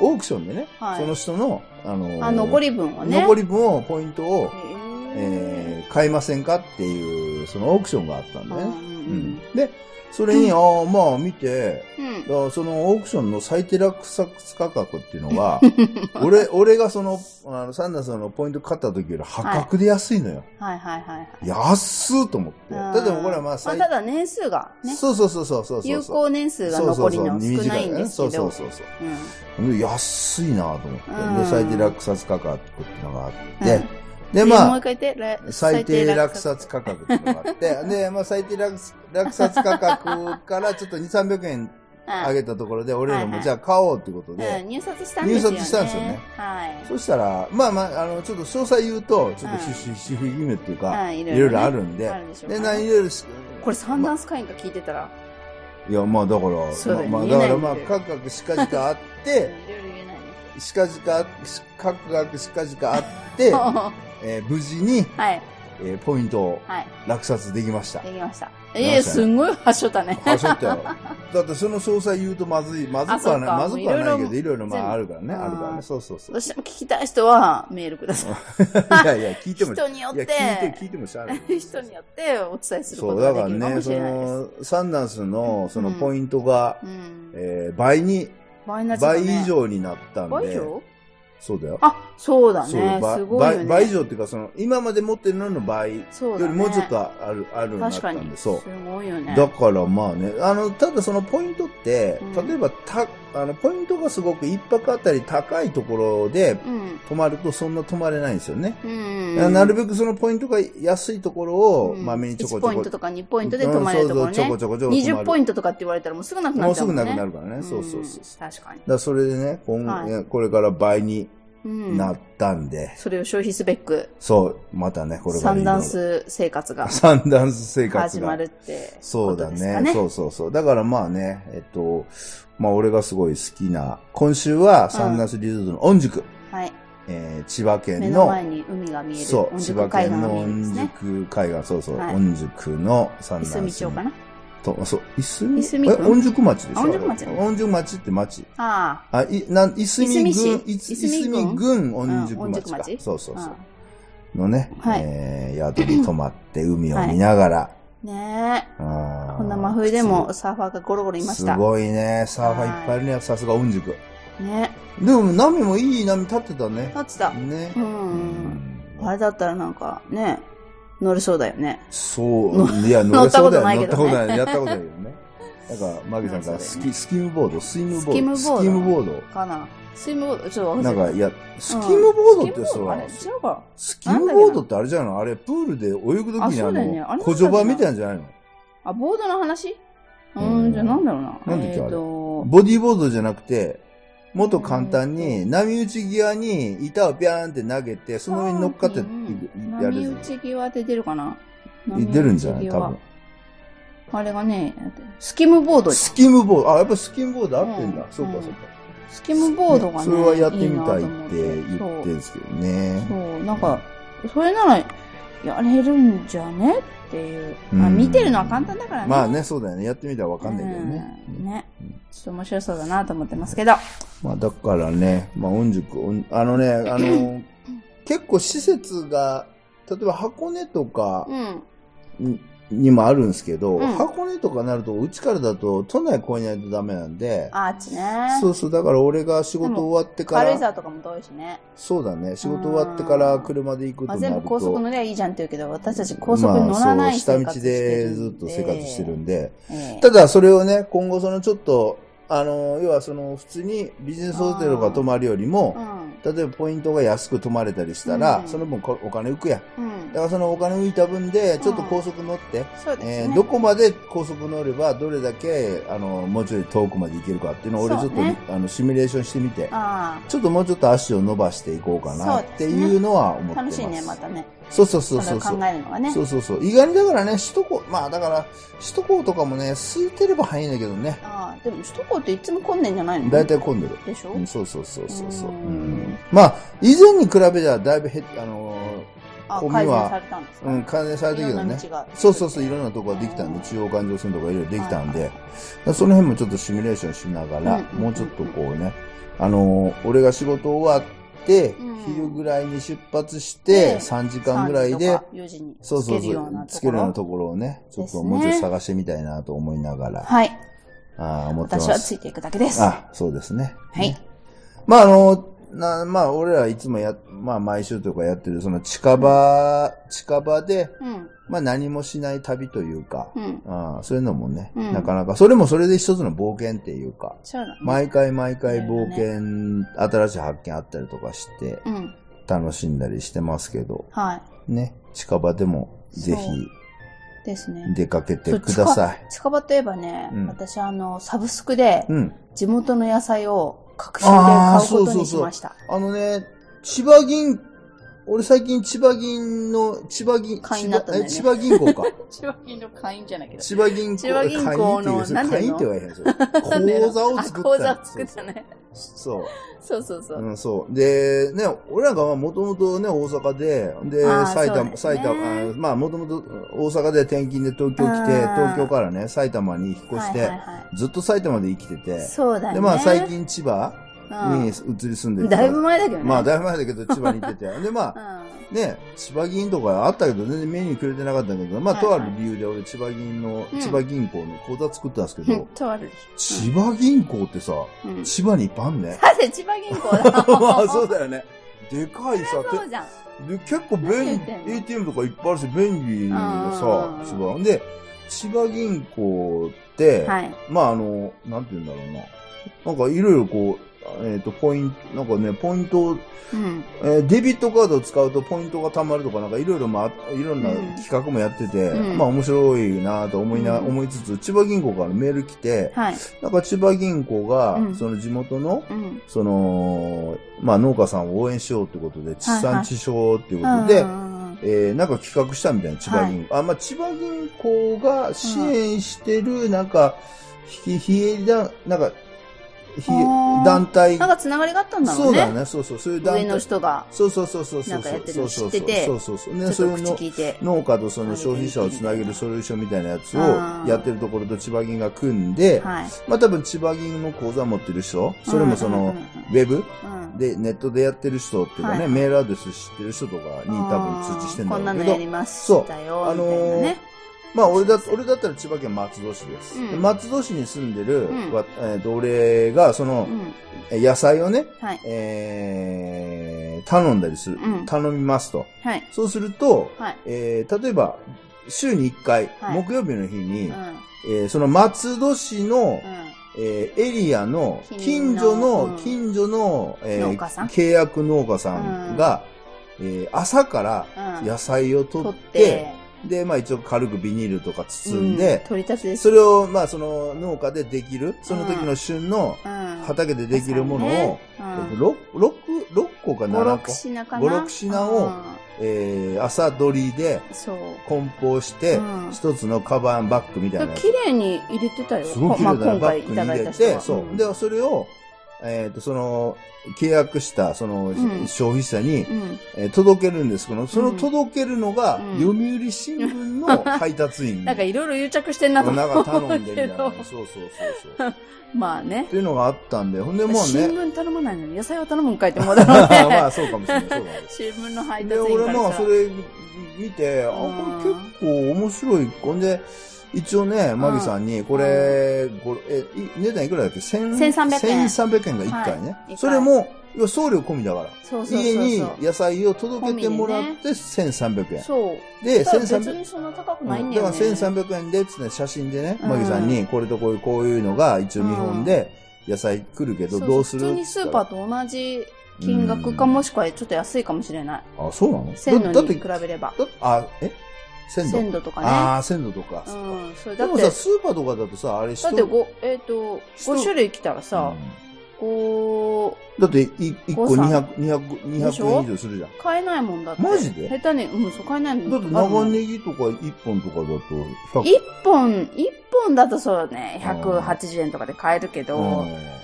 [SPEAKER 2] オークションでね、
[SPEAKER 1] はい
[SPEAKER 2] その人の、あの、
[SPEAKER 1] ーあ残り分をね
[SPEAKER 2] 残り分を、ポイントを、
[SPEAKER 1] え
[SPEAKER 2] えー買いませんかっていう、そのオークションがあったんだよね。う
[SPEAKER 1] ー
[SPEAKER 2] んで、それに、ああ、まあ見て、
[SPEAKER 1] うん
[SPEAKER 2] だからそのオークションの最低落札価格っていうの が、俺、俺がその、あのサンダースのポイント買った時より破格で安いのよ。
[SPEAKER 1] はいはいはいはい
[SPEAKER 2] 安っと思って。
[SPEAKER 1] うん
[SPEAKER 2] だってこれはまあ
[SPEAKER 1] まあ
[SPEAKER 2] 最、
[SPEAKER 1] ただ年数がね
[SPEAKER 2] そうそうそうそうそうそう。
[SPEAKER 1] 有効年数が残りの少ないんですけ
[SPEAKER 2] そうそうそう短いねそうそう
[SPEAKER 1] ど
[SPEAKER 2] そうそう。
[SPEAKER 1] うん
[SPEAKER 2] で安いなと思って、
[SPEAKER 1] うん
[SPEAKER 2] で、最低落札価格っていうのがあって、
[SPEAKER 1] うんね
[SPEAKER 2] で、
[SPEAKER 1] も
[SPEAKER 2] ま
[SPEAKER 1] う
[SPEAKER 2] あ
[SPEAKER 1] 一、回言ってら
[SPEAKER 2] 最低落札価格っていうのがあって、で、まあ、最低落落札価格からちょっと2、300円上
[SPEAKER 1] げ
[SPEAKER 2] げたところで、俺ら
[SPEAKER 1] はいは
[SPEAKER 2] も
[SPEAKER 1] い
[SPEAKER 2] じゃあ買おうってことで、
[SPEAKER 1] うん、入札したんですよね。
[SPEAKER 2] 入札したんですよね
[SPEAKER 1] はい。
[SPEAKER 2] そしたら、まあまあ、あの、ちょっと詳細言うと、ちょっと
[SPEAKER 1] うん
[SPEAKER 2] ひしひしふぎめっていうか、
[SPEAKER 1] はい、い
[SPEAKER 2] いろいろあ
[SPEAKER 1] ね
[SPEAKER 2] るんで
[SPEAKER 1] あ、るでしょう
[SPEAKER 2] で、
[SPEAKER 1] ね
[SPEAKER 2] 何いろいろし、
[SPEAKER 1] これ三段スカインが聞いてたら、
[SPEAKER 2] いや、まあだか
[SPEAKER 1] そう
[SPEAKER 2] ら、
[SPEAKER 1] だよ
[SPEAKER 2] まあ
[SPEAKER 1] 見え
[SPEAKER 2] だ
[SPEAKER 1] な
[SPEAKER 2] か
[SPEAKER 1] い
[SPEAKER 2] ら
[SPEAKER 1] んだ
[SPEAKER 2] ま
[SPEAKER 1] よ
[SPEAKER 2] あ、価格しかじかあっ
[SPEAKER 1] うんいろ
[SPEAKER 2] て、
[SPEAKER 1] いろ言えないね。
[SPEAKER 2] しかじか、し価格しかじかあって、えー無事に、
[SPEAKER 1] はい、
[SPEAKER 2] えーポイントを
[SPEAKER 1] はい、
[SPEAKER 2] 落札できました。
[SPEAKER 1] できました。
[SPEAKER 2] きましたね
[SPEAKER 1] ええすんごい発症だね。
[SPEAKER 2] あ、そうだよ。だってその詳細言うとまずい、まずくはない、ま
[SPEAKER 1] あ
[SPEAKER 2] ず
[SPEAKER 1] そうか
[SPEAKER 2] くはないけ
[SPEAKER 1] もう
[SPEAKER 2] ど、いろいろまああるからね、
[SPEAKER 1] 全部
[SPEAKER 2] あるから
[SPEAKER 1] あ
[SPEAKER 2] ね。
[SPEAKER 1] ー
[SPEAKER 2] そうそうそう
[SPEAKER 1] どう。しても聞きたい人はメールください。
[SPEAKER 2] いやいや、聞いても、いや
[SPEAKER 1] 人によっ
[SPEAKER 2] 聞
[SPEAKER 1] て、
[SPEAKER 2] いて、聞いてもしゃあない。
[SPEAKER 1] 人によってお伝えするこ
[SPEAKER 2] そ
[SPEAKER 1] と
[SPEAKER 2] う、だ
[SPEAKER 1] が
[SPEAKER 2] から
[SPEAKER 1] できるかも
[SPEAKER 2] ね、
[SPEAKER 1] し
[SPEAKER 2] そ
[SPEAKER 1] れないです。
[SPEAKER 2] の、サンダンスの、その
[SPEAKER 1] うん
[SPEAKER 2] ポイントが、
[SPEAKER 1] うん。
[SPEAKER 2] えー倍に、
[SPEAKER 1] マイナスだ
[SPEAKER 2] 倍
[SPEAKER 1] ね
[SPEAKER 2] 以。上になったん
[SPEAKER 1] 倍以
[SPEAKER 2] で、
[SPEAKER 1] 上
[SPEAKER 2] そうだよ。
[SPEAKER 1] あ、そうだ
[SPEAKER 2] そう
[SPEAKER 1] ね。
[SPEAKER 2] ば
[SPEAKER 1] すごいよね。
[SPEAKER 2] 倍、倍以上っていうか、その、今まで持ってるのの倍よ
[SPEAKER 1] そう
[SPEAKER 2] り
[SPEAKER 1] だね。
[SPEAKER 2] もうちょっとある、あるようになっ
[SPEAKER 1] 確
[SPEAKER 2] た
[SPEAKER 1] か
[SPEAKER 2] んで、
[SPEAKER 1] に。
[SPEAKER 2] そう
[SPEAKER 1] す。ごいよね。
[SPEAKER 2] だからまあね、あの、ただそのポイントって、
[SPEAKER 1] うん
[SPEAKER 2] 例えばた、あの、ポイントがすごく一泊あたり高いところで
[SPEAKER 1] うん。
[SPEAKER 2] 泊まるとそんな泊まれないんですよね。
[SPEAKER 1] うん。
[SPEAKER 2] なるべくそのポイントが安いところを、
[SPEAKER 1] うん
[SPEAKER 2] まめにちょこ
[SPEAKER 1] 1
[SPEAKER 2] ちょ
[SPEAKER 1] ポイ
[SPEAKER 2] こ。
[SPEAKER 1] ントとか2ポイントで止まれるところ
[SPEAKER 2] うんそうそうち
[SPEAKER 1] ね
[SPEAKER 2] ょこ。ちょこちょこ泊
[SPEAKER 1] 20
[SPEAKER 2] まる
[SPEAKER 1] ポイントとかって言われたらもうすぐなくな
[SPEAKER 2] も
[SPEAKER 1] っ
[SPEAKER 2] う
[SPEAKER 1] ちゃ
[SPEAKER 2] す
[SPEAKER 1] うも
[SPEAKER 2] ぐ
[SPEAKER 1] んね。
[SPEAKER 2] なくなるからね。そうそうそう。だか
[SPEAKER 1] ん確かに。
[SPEAKER 2] らそれでね、今
[SPEAKER 1] はい
[SPEAKER 2] いやこれから倍に
[SPEAKER 1] うん。
[SPEAKER 2] なったんで、
[SPEAKER 1] それを消費すべく、
[SPEAKER 2] そう、またね、これから
[SPEAKER 1] 三
[SPEAKER 2] いろいろ
[SPEAKER 1] 段。数生活が
[SPEAKER 2] サンダンス生活が。
[SPEAKER 1] 始まるって
[SPEAKER 2] そ
[SPEAKER 1] こ
[SPEAKER 2] うだ
[SPEAKER 1] とで
[SPEAKER 2] ね
[SPEAKER 1] すかね。
[SPEAKER 2] そうそうそう。だからまあね、えっと、まあ俺がすごい好きな、今週はサンダースリゾートの御宿、
[SPEAKER 1] はい。
[SPEAKER 2] えー千葉
[SPEAKER 1] 目
[SPEAKER 2] 県
[SPEAKER 1] の
[SPEAKER 2] の、
[SPEAKER 1] 前に海が見える。
[SPEAKER 2] そう、
[SPEAKER 1] 温
[SPEAKER 2] 千
[SPEAKER 1] 宿
[SPEAKER 2] 葉
[SPEAKER 1] 海岸
[SPEAKER 2] 県
[SPEAKER 1] が
[SPEAKER 2] の
[SPEAKER 1] 見えるんです
[SPEAKER 2] 御
[SPEAKER 1] ね。
[SPEAKER 2] 宿海岸、そうそう、
[SPEAKER 1] はい
[SPEAKER 2] 御宿のサン
[SPEAKER 1] い
[SPEAKER 2] ダ
[SPEAKER 1] す
[SPEAKER 2] ー
[SPEAKER 1] み
[SPEAKER 2] ス
[SPEAKER 1] 町かな。
[SPEAKER 2] と、そう、いすみ、
[SPEAKER 1] いすみ郡
[SPEAKER 2] え御宿町でしょ
[SPEAKER 1] あ御宿町
[SPEAKER 2] 御宿町って町。
[SPEAKER 1] あ
[SPEAKER 2] あ、い、なん、いすみ
[SPEAKER 1] いすみ
[SPEAKER 2] 郡、
[SPEAKER 1] 市
[SPEAKER 2] いつい
[SPEAKER 1] いすみ
[SPEAKER 2] すみ郡御宿
[SPEAKER 1] うん御
[SPEAKER 2] 町
[SPEAKER 1] 宿
[SPEAKER 2] か。
[SPEAKER 1] 町
[SPEAKER 2] そうそう
[SPEAKER 1] あ。
[SPEAKER 2] そう。のね、
[SPEAKER 1] はい
[SPEAKER 2] えー、宿に泊まって海を見ながら、
[SPEAKER 1] うんねえ。
[SPEAKER 2] あー
[SPEAKER 1] こんな真冬でもサーファーがゴロゴロいました。
[SPEAKER 2] すごいね。サーファーいっぱいいるね。さすが御宿。
[SPEAKER 1] ね
[SPEAKER 2] でも波もいい波立ってたね
[SPEAKER 1] 立。ってた。
[SPEAKER 2] ね
[SPEAKER 1] う。。
[SPEAKER 2] うん
[SPEAKER 1] あれだったらなんかね、乗れそうだよね。
[SPEAKER 2] そう。いや、
[SPEAKER 1] 乗
[SPEAKER 2] 乗
[SPEAKER 1] っ
[SPEAKER 2] れ
[SPEAKER 1] た
[SPEAKER 2] そ
[SPEAKER 1] こ
[SPEAKER 2] うだ
[SPEAKER 1] と
[SPEAKER 2] よ。
[SPEAKER 1] ない
[SPEAKER 2] 乗
[SPEAKER 1] け
[SPEAKER 2] った
[SPEAKER 1] ど
[SPEAKER 2] こ
[SPEAKER 1] ね
[SPEAKER 2] とない。やったことないけどね。なんか、マギさんからス
[SPEAKER 1] そうだよ
[SPEAKER 2] キ、スキムボード、スイムボード。
[SPEAKER 1] スキムボード
[SPEAKER 2] スキムボー
[SPEAKER 1] かな。スイムボード、ちょっ
[SPEAKER 2] ド。
[SPEAKER 1] と忘れ
[SPEAKER 2] なん
[SPEAKER 1] た
[SPEAKER 2] か、いや、スキムボードって
[SPEAKER 1] スキムボあれ
[SPEAKER 2] さ
[SPEAKER 1] 違、うか。
[SPEAKER 2] スキムボードってあれじゃないのあれ、プールで泳ぐとき
[SPEAKER 1] あ
[SPEAKER 2] に
[SPEAKER 1] そ
[SPEAKER 2] あ
[SPEAKER 1] うだよねあ
[SPEAKER 2] の、
[SPEAKER 1] れ
[SPEAKER 2] 小ジョバみたいなんじゃないの
[SPEAKER 1] あ、ボードの話う
[SPEAKER 2] う
[SPEAKER 1] ー
[SPEAKER 2] ん
[SPEAKER 1] ん、じゃあなんだろうな。
[SPEAKER 2] なんだっけ
[SPEAKER 1] えっ、
[SPEAKER 2] あれ
[SPEAKER 1] と、
[SPEAKER 2] ボディーボードじゃなくて、もっと簡単に、波打ち際に板をビャーンって投げて、その上に乗っかっていくや
[SPEAKER 1] 波
[SPEAKER 2] る
[SPEAKER 1] 打ち際って出るかな
[SPEAKER 2] 出るんじゃない
[SPEAKER 1] 波打ち
[SPEAKER 2] 多
[SPEAKER 1] 際
[SPEAKER 2] 分。
[SPEAKER 1] あれがね、スキムボードじゃん
[SPEAKER 2] スキムボード、あ、やっぱスキムボード合ってんだ。
[SPEAKER 1] うん
[SPEAKER 2] そうか、そうか。
[SPEAKER 1] スキムボードがね。
[SPEAKER 2] それはやってみたい
[SPEAKER 1] な
[SPEAKER 2] っ
[SPEAKER 1] と
[SPEAKER 2] て
[SPEAKER 1] 思
[SPEAKER 2] 言って
[SPEAKER 1] そう
[SPEAKER 2] るんですけどね。
[SPEAKER 1] そう、なんか、それなら、やれるんじゃねっていう。まあ、
[SPEAKER 2] うん
[SPEAKER 1] 見てるのは簡単だからね。
[SPEAKER 2] まあね、そうだよね。やってみたらわかんないけどね。
[SPEAKER 1] うんね。ちょっと面白そうだなと思ってますけど。
[SPEAKER 2] まあだからね、まあ音塾、音あのね、あの、結構施設が、例えば箱根とか
[SPEAKER 1] うん。
[SPEAKER 2] ににもあるんですけど、
[SPEAKER 1] うん
[SPEAKER 2] 箱根とかなると、うちからだと都内越えないとダメなんで、
[SPEAKER 1] アーチね。
[SPEAKER 2] そうそう、だから俺が仕事終わってか
[SPEAKER 1] 軽井
[SPEAKER 2] ら、
[SPEAKER 1] 沢とかも遠いしね。
[SPEAKER 2] そうだね、仕事終わってから車で行く
[SPEAKER 1] ま
[SPEAKER 2] と
[SPEAKER 1] あ、
[SPEAKER 2] な
[SPEAKER 1] 全
[SPEAKER 2] る
[SPEAKER 1] 部
[SPEAKER 2] と
[SPEAKER 1] 高、速乗りゃいいじゃんって言うけど、私たち高速に乗らない
[SPEAKER 2] まあ、そ
[SPEAKER 1] 生
[SPEAKER 2] う、下
[SPEAKER 1] 活
[SPEAKER 2] 道
[SPEAKER 1] してる
[SPEAKER 2] で
[SPEAKER 1] んで。
[SPEAKER 2] ずっと生活してるんで、
[SPEAKER 1] ええ
[SPEAKER 2] ただそれをね、今後そのちょっと、あの、要はその普通にビジネスホテルが泊まるよりも、
[SPEAKER 1] うん。
[SPEAKER 2] 例えばポイントが安く泊まれたりしたら、
[SPEAKER 1] うん
[SPEAKER 2] その分こお金浮くやん。
[SPEAKER 1] うん
[SPEAKER 2] だか。らそのお金浮いた分で、ちょっと高速乗って、
[SPEAKER 1] そうですね。
[SPEAKER 2] えーどこまで高速乗れば、どれだけ、あの、もうちょい遠くまで行けるかっていうのを俺ちょっ
[SPEAKER 1] そ
[SPEAKER 2] と、
[SPEAKER 1] うね
[SPEAKER 2] あの、シミュレーションしてみて、
[SPEAKER 1] あ
[SPEAKER 2] ちょっともうちょっと足を伸ばしていこうかなっていうのは思
[SPEAKER 1] あ。
[SPEAKER 2] ってま
[SPEAKER 1] 楽
[SPEAKER 2] す。
[SPEAKER 1] しいね、またね。
[SPEAKER 2] そうそうそうそう
[SPEAKER 1] ま
[SPEAKER 2] そ
[SPEAKER 1] た
[SPEAKER 2] う。
[SPEAKER 1] 考えるのがね。
[SPEAKER 2] そうそうそう。意外にだからね、首都高、まあだから、首都高とかもね、空いてれば早いんだけどね。
[SPEAKER 1] ああ、でも首都高っていつも混んでんじゃないの
[SPEAKER 2] 大体混んでる。
[SPEAKER 1] でしょ、
[SPEAKER 2] うん、そうそうそうそうそう。
[SPEAKER 1] う
[SPEAKER 2] うんんまあ、以前に比べたらだいぶ減っあの
[SPEAKER 1] あ
[SPEAKER 2] 混み
[SPEAKER 1] 改善
[SPEAKER 2] は
[SPEAKER 1] されたんですか、
[SPEAKER 2] ー、うん、改善され
[SPEAKER 1] い
[SPEAKER 2] てる
[SPEAKER 1] ろ
[SPEAKER 2] け
[SPEAKER 1] ん
[SPEAKER 2] ど
[SPEAKER 1] な
[SPEAKER 2] ね。
[SPEAKER 1] 道が
[SPEAKER 2] そうそうそう、いろんなとこができたん
[SPEAKER 1] う
[SPEAKER 2] で、
[SPEAKER 1] ん
[SPEAKER 2] 中央環状線とかいろいろできたんで、
[SPEAKER 1] はい
[SPEAKER 2] だからその辺もちょっとシミュレーションしながら、
[SPEAKER 1] うん
[SPEAKER 2] もうちょっとこうね、あのー、俺が仕事終わって、
[SPEAKER 1] うん
[SPEAKER 2] 昼ぐらいに出発し
[SPEAKER 1] で
[SPEAKER 2] て、3時間ぐらいで、
[SPEAKER 1] 4時に
[SPEAKER 2] そう
[SPEAKER 1] つ
[SPEAKER 2] そ
[SPEAKER 1] け
[SPEAKER 2] う
[SPEAKER 1] る
[SPEAKER 2] そ
[SPEAKER 1] ような
[SPEAKER 2] う、
[SPEAKER 1] と
[SPEAKER 2] つ
[SPEAKER 1] こ
[SPEAKER 2] け
[SPEAKER 1] ろ
[SPEAKER 2] るようなところをね、ちょっともうちょっと探してみたいなと思いながら、
[SPEAKER 1] はい
[SPEAKER 2] ああ、思ってます。
[SPEAKER 1] 私はついていくだけです
[SPEAKER 2] あ、そうですね。
[SPEAKER 1] はい
[SPEAKER 2] ねまあ、あの、なまあ、俺らいつもや、まあ、毎週とかやってる、その近場、近場で、
[SPEAKER 1] うん
[SPEAKER 2] まあ、何もしない旅というか、
[SPEAKER 1] うん
[SPEAKER 2] ああそういうのもね、
[SPEAKER 1] うん
[SPEAKER 2] なかなか、それもそれで一つの冒険っていうか、
[SPEAKER 1] そうだね、
[SPEAKER 2] 毎回毎回冒
[SPEAKER 1] そう
[SPEAKER 2] 険、新しい発見あったりとかして、
[SPEAKER 1] うん
[SPEAKER 2] 楽しんだりしてますけど、
[SPEAKER 1] は
[SPEAKER 2] ね、近場でもぜ
[SPEAKER 1] そ
[SPEAKER 2] ひ
[SPEAKER 1] いですね
[SPEAKER 2] 出かけてください。
[SPEAKER 1] 近場といえばね、
[SPEAKER 2] うん
[SPEAKER 1] 私あのサブスクで
[SPEAKER 2] うん。
[SPEAKER 1] 地元の野菜を各週で買うことにしました
[SPEAKER 2] あのね、千葉銀、俺最近千葉銀の、千葉銀、
[SPEAKER 1] 会員になったんだよね
[SPEAKER 2] 千葉え千葉銀行か。
[SPEAKER 1] 千葉銀の会員じゃないけ
[SPEAKER 2] 千葉銀行。
[SPEAKER 1] 千葉銀行の
[SPEAKER 2] 会員って言うよそ れ会員って言わへん よ。口座を作った。
[SPEAKER 1] 口座を作ったね
[SPEAKER 2] そう。
[SPEAKER 1] そうそうそう、
[SPEAKER 2] うん、そう。で、ね、俺なんかはもともとね、大阪で、で、
[SPEAKER 1] あー
[SPEAKER 2] 埼
[SPEAKER 1] そう
[SPEAKER 2] 玉、
[SPEAKER 1] ですね
[SPEAKER 2] 埼玉、あーまあ、もともと大阪で転勤で東京来て、
[SPEAKER 1] あー
[SPEAKER 2] 東京からね、埼玉に引っ越して、
[SPEAKER 1] はいはいは
[SPEAKER 2] ずっと埼玉で生きてて
[SPEAKER 1] い、、そうだね
[SPEAKER 2] で、まあ、最近千葉に移り住んで
[SPEAKER 1] うん、
[SPEAKER 2] る
[SPEAKER 1] だいぶ前だけどね
[SPEAKER 2] まあ、だいぶ前だけど、千葉に行ってて。で、まあ、
[SPEAKER 1] う
[SPEAKER 2] ね、千葉銀とかあったけど、全然メニューくれてなかったんだけど、まあ、
[SPEAKER 1] はい
[SPEAKER 2] と
[SPEAKER 1] は
[SPEAKER 2] あ
[SPEAKER 1] い
[SPEAKER 2] る理由で俺、千葉銀の、
[SPEAKER 1] うん
[SPEAKER 2] 千葉銀行の口座作ったんですけ
[SPEAKER 1] ん
[SPEAKER 2] ど、
[SPEAKER 1] とあるでし
[SPEAKER 2] 千葉銀行ってさ、
[SPEAKER 1] ょ、うん、
[SPEAKER 2] 千葉にいっぱいあ ん ね。
[SPEAKER 1] だって千葉銀行だ
[SPEAKER 2] まあ、 そうだよね。でかいさ、
[SPEAKER 1] そうじゃん
[SPEAKER 2] てで結構
[SPEAKER 1] 何言っ
[SPEAKER 2] 便
[SPEAKER 1] てんの
[SPEAKER 2] 利、ATM とかいっぱいあるし、便利で
[SPEAKER 1] うん
[SPEAKER 2] さ
[SPEAKER 1] うんうん、
[SPEAKER 2] 千葉。で、千葉銀行って、
[SPEAKER 1] はい
[SPEAKER 2] まあ、あの、なんて言うんだろうな。なんか、いろいろこう、えっ、と、ポイント、なんかね、ポイントを
[SPEAKER 1] うん
[SPEAKER 2] えーデビットカードを使うとポイントが貯まるとか、なんかいろいろ、まあ、いろんな
[SPEAKER 1] うん
[SPEAKER 2] 企画もやってて、
[SPEAKER 1] うん
[SPEAKER 2] まあ面白いなと思いな、
[SPEAKER 1] うん
[SPEAKER 2] 思いつつ、千葉銀行からメール来て、
[SPEAKER 1] はい
[SPEAKER 2] なんか千葉銀行が
[SPEAKER 1] うん、
[SPEAKER 2] その地元の、
[SPEAKER 1] うん
[SPEAKER 2] その、まあ農家さんを応援しようってことで、地
[SPEAKER 1] はいはい
[SPEAKER 2] 産地消っていう
[SPEAKER 1] う
[SPEAKER 2] こと
[SPEAKER 1] ん
[SPEAKER 2] で、
[SPEAKER 1] うん
[SPEAKER 2] えーなんか企画したみたいな、千葉銀行。あ、まあ、千葉銀行が支援してる、なんか、ひ、ひえりだ、なんか、ひ
[SPEAKER 1] あー、
[SPEAKER 2] 団体
[SPEAKER 1] なんかつながりがあったんだろ
[SPEAKER 2] そううだ
[SPEAKER 1] ね
[SPEAKER 2] よね、そうそう、そういう団
[SPEAKER 1] 上
[SPEAKER 2] 体
[SPEAKER 1] の。人が
[SPEAKER 2] そうそうそうそうそう。
[SPEAKER 1] なんかやってるの
[SPEAKER 2] そうそう
[SPEAKER 1] 知ってて
[SPEAKER 2] そうそうそう。
[SPEAKER 1] ち
[SPEAKER 2] ね
[SPEAKER 1] ょ、っ
[SPEAKER 2] そ
[SPEAKER 1] と
[SPEAKER 2] れ
[SPEAKER 1] 口
[SPEAKER 2] の
[SPEAKER 1] 聞いて
[SPEAKER 2] 農家とその消費者をつなげるソリューションみたいなやつを
[SPEAKER 1] あー
[SPEAKER 2] やってるところと千葉銀が組んで、
[SPEAKER 1] はい
[SPEAKER 2] まあ多分千葉銀の口座持ってる人、それもそ
[SPEAKER 1] うんうん
[SPEAKER 2] の、ウェブ
[SPEAKER 1] うんうん
[SPEAKER 2] で、ネットでやってる人っていうか
[SPEAKER 1] は
[SPEAKER 2] ね、
[SPEAKER 1] い
[SPEAKER 2] メールアドレス知ってる人とかに多分通知してんだ
[SPEAKER 1] こんな
[SPEAKER 2] ろ
[SPEAKER 1] の
[SPEAKER 2] う
[SPEAKER 1] や
[SPEAKER 2] け
[SPEAKER 1] り
[SPEAKER 2] ど、
[SPEAKER 1] ましたよ
[SPEAKER 2] そう
[SPEAKER 1] みたいなね
[SPEAKER 2] まあ俺だ、俺だったら千葉県松戸市です。
[SPEAKER 1] うん
[SPEAKER 2] で松戸市に住んでる
[SPEAKER 1] うん、
[SPEAKER 2] わえーと俺がその
[SPEAKER 1] う、ん
[SPEAKER 2] え野菜をね、
[SPEAKER 1] はい
[SPEAKER 2] えー頼んだりする
[SPEAKER 1] うん、
[SPEAKER 2] 頼みますと。
[SPEAKER 1] はい
[SPEAKER 2] そうすると、
[SPEAKER 1] はい
[SPEAKER 2] えー例えば、週に1回、
[SPEAKER 1] はい
[SPEAKER 2] 木曜日の日
[SPEAKER 1] う
[SPEAKER 2] に、
[SPEAKER 1] んうん
[SPEAKER 2] えーその松戸市の、えーエリアの
[SPEAKER 1] 近
[SPEAKER 2] 近
[SPEAKER 1] 隣
[SPEAKER 2] 所
[SPEAKER 1] の
[SPEAKER 2] の、近所の、えー
[SPEAKER 1] 農家さん
[SPEAKER 2] 契約農家さんが、えー朝から
[SPEAKER 1] うん
[SPEAKER 2] 野菜を取
[SPEAKER 1] 取
[SPEAKER 2] っ
[SPEAKER 1] って
[SPEAKER 2] て、で、まあ一応軽くビニールとか包ん
[SPEAKER 1] う
[SPEAKER 2] で、
[SPEAKER 1] 取り立てです
[SPEAKER 2] それを、まあその農家でできる、その時の旬の、
[SPEAKER 1] うん
[SPEAKER 2] 畑でできるものを、
[SPEAKER 1] 野菜ねうん
[SPEAKER 2] 6, 6, 個か
[SPEAKER 1] 五
[SPEAKER 2] 7
[SPEAKER 1] 六
[SPEAKER 2] 個、
[SPEAKER 1] 品かな
[SPEAKER 2] 五六品を
[SPEAKER 1] うん
[SPEAKER 2] えー、朝取りで
[SPEAKER 1] そう
[SPEAKER 2] 梱包して、
[SPEAKER 1] うん
[SPEAKER 2] 一つのカバンバッグみたいなやつ
[SPEAKER 1] 綺麗に入れてたよ
[SPEAKER 2] すごい綺麗
[SPEAKER 1] まあ
[SPEAKER 2] な
[SPEAKER 1] 今
[SPEAKER 2] バ
[SPEAKER 1] 回
[SPEAKER 2] ッ
[SPEAKER 1] い
[SPEAKER 2] グに
[SPEAKER 1] ただ
[SPEAKER 2] 入
[SPEAKER 1] いた
[SPEAKER 2] れ
[SPEAKER 1] 人
[SPEAKER 2] て、
[SPEAKER 1] は
[SPEAKER 2] そうう。
[SPEAKER 1] ん
[SPEAKER 2] で、それを、えっ、と、その、契約した、その、
[SPEAKER 1] ん
[SPEAKER 2] 消費者に、
[SPEAKER 1] うん
[SPEAKER 2] えー届けるんですけど、その
[SPEAKER 1] うん
[SPEAKER 2] 届けるのが、
[SPEAKER 1] うん
[SPEAKER 2] 読売新聞 の配達員。
[SPEAKER 1] なんかいろいろ癒着してんなと
[SPEAKER 2] なんか
[SPEAKER 1] 思
[SPEAKER 2] 頼
[SPEAKER 1] うん
[SPEAKER 2] で
[SPEAKER 1] け
[SPEAKER 2] みたいな。そ
[SPEAKER 1] ど
[SPEAKER 2] うそうそうそう。っ
[SPEAKER 1] まあね
[SPEAKER 2] ていうのがあったんで、ほんでもう
[SPEAKER 1] 新
[SPEAKER 2] ね、
[SPEAKER 1] 聞頼まないのに野菜を頼むんかいって思うだろうね、
[SPEAKER 2] まあそうかもしれない、そうかもしれない。
[SPEAKER 1] 新聞の配達
[SPEAKER 2] で、
[SPEAKER 1] 員から
[SPEAKER 2] 俺
[SPEAKER 1] さ
[SPEAKER 2] まあそれ見て、あ、これ結構面白い。ほんで、一応ね、マギさんに、これ、ごえ、い値段いくらだっけ ?1300
[SPEAKER 1] 1300円
[SPEAKER 2] 1300円が1回ね。
[SPEAKER 1] はい一回
[SPEAKER 2] それも、いや送料込みだから。
[SPEAKER 1] そうそう
[SPEAKER 2] 家に
[SPEAKER 1] そう
[SPEAKER 2] 野菜を届けてもらって1300円。
[SPEAKER 1] そう
[SPEAKER 2] で、
[SPEAKER 1] そうだから別
[SPEAKER 2] 1300
[SPEAKER 1] にそんな高く
[SPEAKER 2] うん
[SPEAKER 1] ないんだ
[SPEAKER 2] だ
[SPEAKER 1] よ
[SPEAKER 2] か
[SPEAKER 1] ね、
[SPEAKER 2] ら1300円で、つって写真でね、
[SPEAKER 1] うん
[SPEAKER 2] マギさんに、これとこういう、こういうのが一応見本で、野菜来るけど、
[SPEAKER 1] そ
[SPEAKER 2] どうする
[SPEAKER 1] 普通にスーパーと同じ金額か
[SPEAKER 2] うん
[SPEAKER 1] もしくはちょっと安いかもしれない
[SPEAKER 2] あ、そうなの
[SPEAKER 1] 鮮
[SPEAKER 2] だ
[SPEAKER 1] 度
[SPEAKER 2] だっ
[SPEAKER 1] に
[SPEAKER 2] て
[SPEAKER 1] 比べれば
[SPEAKER 2] だあ、え鮮度
[SPEAKER 1] 鮮度とか
[SPEAKER 2] ああ、鮮度とか。
[SPEAKER 1] ね
[SPEAKER 2] そっか
[SPEAKER 1] うんそれ
[SPEAKER 2] で
[SPEAKER 1] だっ
[SPEAKER 2] も
[SPEAKER 1] て
[SPEAKER 2] さ、スーパーとかだとさ、あれ
[SPEAKER 1] だってごえっ、と
[SPEAKER 2] 一
[SPEAKER 1] 5種類来たら
[SPEAKER 2] さ
[SPEAKER 1] さ、、こ
[SPEAKER 2] うんだってい1個
[SPEAKER 1] 誤算
[SPEAKER 2] 200、200、
[SPEAKER 1] でしょ
[SPEAKER 2] 200円以上するじゃん。
[SPEAKER 1] う買えないもんだって
[SPEAKER 2] マジで
[SPEAKER 1] 下手にうんそう買えないもん
[SPEAKER 2] だって長ネギとか1本とかだと100
[SPEAKER 1] 一本一本だとそうね
[SPEAKER 2] うん
[SPEAKER 1] 180円とかで買えるけど、
[SPEAKER 2] う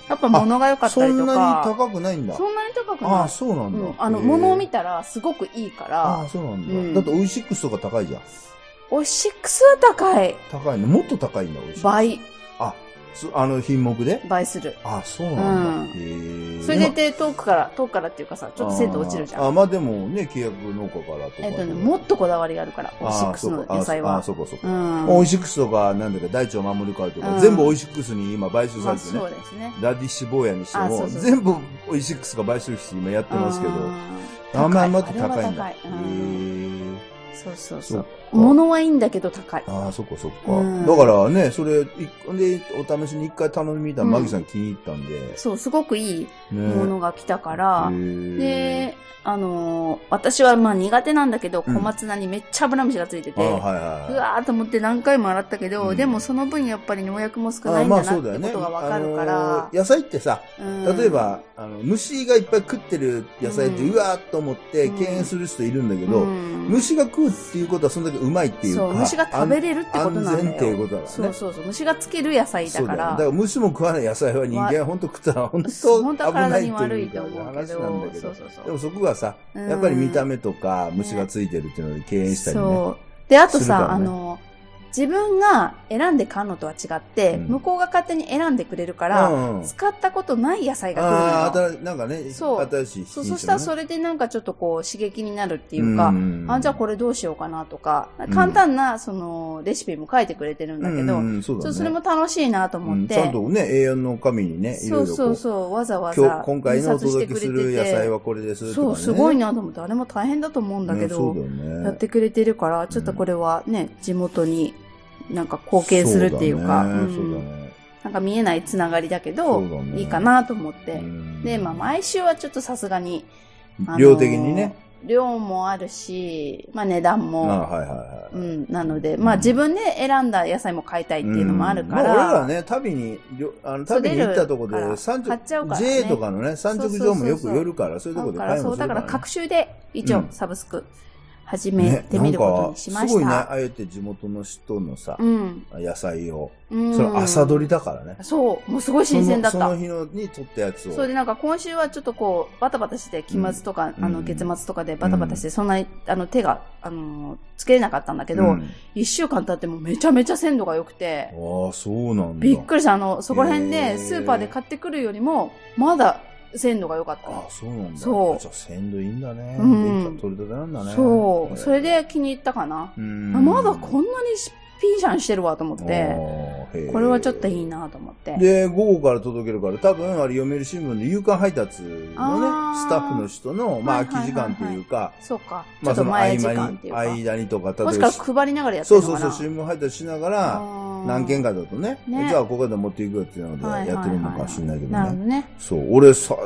[SPEAKER 1] やっぱ物が良か
[SPEAKER 2] ん
[SPEAKER 1] った
[SPEAKER 2] そ
[SPEAKER 1] り
[SPEAKER 2] ん
[SPEAKER 1] と
[SPEAKER 2] なに
[SPEAKER 1] か
[SPEAKER 2] 高くないんだ。
[SPEAKER 1] そんなに高くない
[SPEAKER 2] ああ、そうなんだ
[SPEAKER 1] うん。あの
[SPEAKER 2] へえ
[SPEAKER 1] 物を見たらすごくいいか
[SPEAKER 2] ああ、
[SPEAKER 1] ら
[SPEAKER 2] そうな
[SPEAKER 1] うんん
[SPEAKER 2] だ。だってオイシックスとか高いじゃん。
[SPEAKER 1] オシックスは高い
[SPEAKER 2] 高いね。もっと高いんだ、オイシックス。
[SPEAKER 1] 倍
[SPEAKER 2] あ、そあの品目で
[SPEAKER 1] 倍する
[SPEAKER 2] ああ、そうなんだ。
[SPEAKER 1] う
[SPEAKER 2] へえ。
[SPEAKER 1] それでで遠くから遠くからっていうかさちょっと鮮度落ちるじゃ
[SPEAKER 2] あーあー
[SPEAKER 1] ん
[SPEAKER 2] まあでもね、契約農家からとか。
[SPEAKER 1] えっとねもっとこだわりがあるからオシックスの野菜
[SPEAKER 2] あー
[SPEAKER 1] は
[SPEAKER 2] そうかあーそうかそう
[SPEAKER 1] う
[SPEAKER 2] か。
[SPEAKER 1] ん
[SPEAKER 2] オイシックスとか、なんだか、大腸守る会とか、
[SPEAKER 1] うん
[SPEAKER 2] 全部オイシックスに今買収さ
[SPEAKER 1] まあ
[SPEAKER 2] れてね。
[SPEAKER 1] そうですね
[SPEAKER 2] ラディッシュ坊やにして
[SPEAKER 1] あそ
[SPEAKER 2] も、
[SPEAKER 1] うそう
[SPEAKER 2] 全部オイシックスが買収して今やってますけど、
[SPEAKER 1] うん
[SPEAKER 2] あんまりまた
[SPEAKER 1] 高いあれ
[SPEAKER 2] 高い
[SPEAKER 1] は
[SPEAKER 2] んだ。
[SPEAKER 1] 高
[SPEAKER 2] へ
[SPEAKER 1] いうん
[SPEAKER 2] ー
[SPEAKER 1] そうそう
[SPEAKER 2] そ
[SPEAKER 1] そ
[SPEAKER 2] っ
[SPEAKER 1] う
[SPEAKER 2] か。
[SPEAKER 1] 物はいいんだけど高い
[SPEAKER 2] ああ、そっかそっか。
[SPEAKER 1] うん
[SPEAKER 2] だからね、それ、いで、お試しに一回頼んでみたら、
[SPEAKER 1] うん
[SPEAKER 2] マギさん気に入ったんで、
[SPEAKER 1] そうすごくいい
[SPEAKER 2] ね。
[SPEAKER 1] ものが来たから
[SPEAKER 2] へ、ー
[SPEAKER 1] で、あのー私はまあ苦手なんだけど、
[SPEAKER 2] うん
[SPEAKER 1] 小松菜にめっちゃ油虫がついて
[SPEAKER 2] あ
[SPEAKER 1] て、。
[SPEAKER 2] ーはいはいう
[SPEAKER 1] わーと思って何回も洗ったけど、
[SPEAKER 2] うん
[SPEAKER 1] でもその分やっぱり農薬も少
[SPEAKER 2] あ
[SPEAKER 1] な
[SPEAKER 2] ー
[SPEAKER 1] いん
[SPEAKER 2] まあ
[SPEAKER 1] だな
[SPEAKER 2] そ
[SPEAKER 1] っ
[SPEAKER 2] うだよ
[SPEAKER 1] て
[SPEAKER 2] ね。
[SPEAKER 1] ことがわかるか
[SPEAKER 2] あ
[SPEAKER 1] ら
[SPEAKER 2] の、野菜ってさ、
[SPEAKER 1] うん
[SPEAKER 2] 例えば、あの虫がいっぱい食ってる野菜って、う
[SPEAKER 1] うん
[SPEAKER 2] わーっと思って
[SPEAKER 1] うん
[SPEAKER 2] 敬遠する人いるんだけ
[SPEAKER 1] う
[SPEAKER 2] ど、
[SPEAKER 1] ん
[SPEAKER 2] 虫が食うっていうことはそんだけうまいっていうか
[SPEAKER 1] そう虫が食べれるってことなんだよ
[SPEAKER 2] 安全っていうことだからね
[SPEAKER 1] そうそうそう虫がつける野菜だ
[SPEAKER 2] そう
[SPEAKER 1] か
[SPEAKER 2] だよ
[SPEAKER 1] ら
[SPEAKER 2] ねだから虫も食わない野菜は人間本当食ったら本
[SPEAKER 1] そう
[SPEAKER 2] 当
[SPEAKER 1] 本当
[SPEAKER 2] 危
[SPEAKER 1] は
[SPEAKER 2] な
[SPEAKER 1] 体
[SPEAKER 2] い
[SPEAKER 1] に
[SPEAKER 2] と
[SPEAKER 1] 悪
[SPEAKER 2] い
[SPEAKER 1] いう
[SPEAKER 2] か
[SPEAKER 1] と思うけど
[SPEAKER 2] 話なんだけ
[SPEAKER 1] そ
[SPEAKER 2] ど
[SPEAKER 1] うそうそう
[SPEAKER 2] でもそこがさ
[SPEAKER 1] うん
[SPEAKER 2] やっぱり見た目とか虫がついてるっていうので敬遠したりね
[SPEAKER 1] そう。で、あと
[SPEAKER 2] するから
[SPEAKER 1] さ、
[SPEAKER 2] ね
[SPEAKER 1] あの、自分が選んで買うのとは違って、
[SPEAKER 2] うん
[SPEAKER 1] 向こうが勝手に選んでくれるか
[SPEAKER 2] う
[SPEAKER 1] ら、
[SPEAKER 2] んうん
[SPEAKER 1] 使ったことない野菜が来るのよ。
[SPEAKER 2] ああー新なんかね
[SPEAKER 1] そう
[SPEAKER 2] 新しい
[SPEAKER 1] そう、そしたらそ
[SPEAKER 2] れっ
[SPEAKER 1] れでなんかちょっとこう刺激になるって
[SPEAKER 2] て
[SPEAKER 1] いうか、あ、じゃあこれどうしようかなとか、簡単なそのレシピも書いてくれてるんだけど、
[SPEAKER 2] そうだ
[SPEAKER 1] そ
[SPEAKER 2] ね
[SPEAKER 1] うそれも楽しいなと
[SPEAKER 2] う
[SPEAKER 1] 思っ
[SPEAKER 2] ん
[SPEAKER 1] て、
[SPEAKER 2] ちゃんとね A4 の紙にねい
[SPEAKER 1] そ
[SPEAKER 2] ろ
[SPEAKER 1] う
[SPEAKER 2] いろ
[SPEAKER 1] そ
[SPEAKER 2] こ
[SPEAKER 1] う
[SPEAKER 2] う
[SPEAKER 1] そう、わざわざ
[SPEAKER 2] 今日今回のお
[SPEAKER 1] 印刷して
[SPEAKER 2] 届け
[SPEAKER 1] くれ
[SPEAKER 2] す
[SPEAKER 1] てて
[SPEAKER 2] る野菜はこれですとか
[SPEAKER 1] そ
[SPEAKER 2] ね
[SPEAKER 1] う、すごいなと思って、あれも大変だと思うんだけ
[SPEAKER 2] ね
[SPEAKER 1] ど、
[SPEAKER 2] そうだよね
[SPEAKER 1] やってくれてるから、ちょっとこれはね、地元になんか貢献するっていうか、
[SPEAKER 2] そうだね,そううだね、
[SPEAKER 1] んなんか見えないつながりだけど、
[SPEAKER 2] そうだね
[SPEAKER 1] いいかなと思って。
[SPEAKER 2] うん
[SPEAKER 1] で、まあ毎週はちょっとさすがに、あの
[SPEAKER 2] 量的にね。
[SPEAKER 1] 量もあるし、まあ値段
[SPEAKER 2] あ
[SPEAKER 1] も、
[SPEAKER 2] はいはいは
[SPEAKER 1] う
[SPEAKER 2] い、
[SPEAKER 1] ん、なので、ま
[SPEAKER 2] う
[SPEAKER 1] あ
[SPEAKER 2] ん
[SPEAKER 1] 自分で選んだ野菜も買いたいっていうのもあるから、
[SPEAKER 2] まあ、俺らね旅に旅あの
[SPEAKER 1] そう
[SPEAKER 2] 旅に行ったとこ
[SPEAKER 1] 出るか
[SPEAKER 2] で
[SPEAKER 1] ら
[SPEAKER 2] 三
[SPEAKER 1] 買っちゃうからね
[SPEAKER 2] J とかのね産直場もよく寄るからそういうと
[SPEAKER 1] だ
[SPEAKER 2] こで
[SPEAKER 1] から
[SPEAKER 2] 買い
[SPEAKER 1] そ
[SPEAKER 2] 物
[SPEAKER 1] う、
[SPEAKER 2] する
[SPEAKER 1] だから
[SPEAKER 2] か、
[SPEAKER 1] ら
[SPEAKER 2] ね、
[SPEAKER 1] 各種で一
[SPEAKER 2] う
[SPEAKER 1] 応
[SPEAKER 2] ん
[SPEAKER 1] サブスク始めてみることにしま
[SPEAKER 2] ねなんかす
[SPEAKER 1] し
[SPEAKER 2] ごいね
[SPEAKER 1] た。
[SPEAKER 2] あえて地元の人のさ、
[SPEAKER 1] うん。
[SPEAKER 2] 野菜を
[SPEAKER 1] うん。
[SPEAKER 2] それ朝取りだからね、
[SPEAKER 1] そう、もうすごい新鮮だった。
[SPEAKER 2] そのその日のに取ったやつを
[SPEAKER 1] そうでなんか今週はちょっとこうバタバタして期末とか、
[SPEAKER 2] うん
[SPEAKER 1] あ
[SPEAKER 2] う
[SPEAKER 1] の
[SPEAKER 2] ん
[SPEAKER 1] 月末とかでバタバタしてそんなに、あの手があのつけれなかったんだけど、
[SPEAKER 2] うん
[SPEAKER 1] 1週間経ってもめちゃめちゃ鮮度が良くて
[SPEAKER 2] ああそうなんだ
[SPEAKER 1] びっくりしたあのそこら辺
[SPEAKER 2] へー
[SPEAKER 1] でスーパーで買ってくるよりもまだ鮮度が良かっ
[SPEAKER 2] あ
[SPEAKER 1] た
[SPEAKER 2] そうなんだ
[SPEAKER 1] そう
[SPEAKER 2] あじゃあ鮮度いいんだね、
[SPEAKER 1] うん
[SPEAKER 2] で取れたてなんだね
[SPEAKER 1] そう、
[SPEAKER 2] えー
[SPEAKER 1] それで気に入ったかな、
[SPEAKER 2] うん
[SPEAKER 1] あまだこんなにしピンシャンしてるわと思って
[SPEAKER 2] あーへー
[SPEAKER 1] これはちょっといいなと思って
[SPEAKER 2] で、午後から届けるから、多分、あれ、読売新聞で夕刊配達のね、
[SPEAKER 1] あー
[SPEAKER 2] スタッフの人の、まあ、
[SPEAKER 1] はいはい
[SPEAKER 2] 空き
[SPEAKER 1] はい
[SPEAKER 2] 時
[SPEAKER 1] はい
[SPEAKER 2] 間というか、
[SPEAKER 1] そうかちょ
[SPEAKER 2] まあ、
[SPEAKER 1] っ
[SPEAKER 2] そ
[SPEAKER 1] と
[SPEAKER 2] の
[SPEAKER 1] 前
[SPEAKER 2] 合
[SPEAKER 1] 時
[SPEAKER 2] 間
[SPEAKER 1] 間っ
[SPEAKER 2] に
[SPEAKER 1] てい、うか
[SPEAKER 2] 間にとか、例え
[SPEAKER 1] も
[SPEAKER 2] ば
[SPEAKER 1] し、くは配りながらやって
[SPEAKER 2] そ
[SPEAKER 1] る
[SPEAKER 2] う
[SPEAKER 1] のか
[SPEAKER 2] そう
[SPEAKER 1] な
[SPEAKER 2] そう、新聞配達しながら、何件かだとね、
[SPEAKER 1] ね
[SPEAKER 2] じゃあ、ここで持っていくよっていうの
[SPEAKER 1] はい
[SPEAKER 2] で、
[SPEAKER 1] はい
[SPEAKER 2] や
[SPEAKER 1] は
[SPEAKER 2] っ
[SPEAKER 1] い
[SPEAKER 2] てるのかもしれないけど
[SPEAKER 1] なるほ
[SPEAKER 2] ね。
[SPEAKER 1] どね
[SPEAKER 2] そう、俺さ、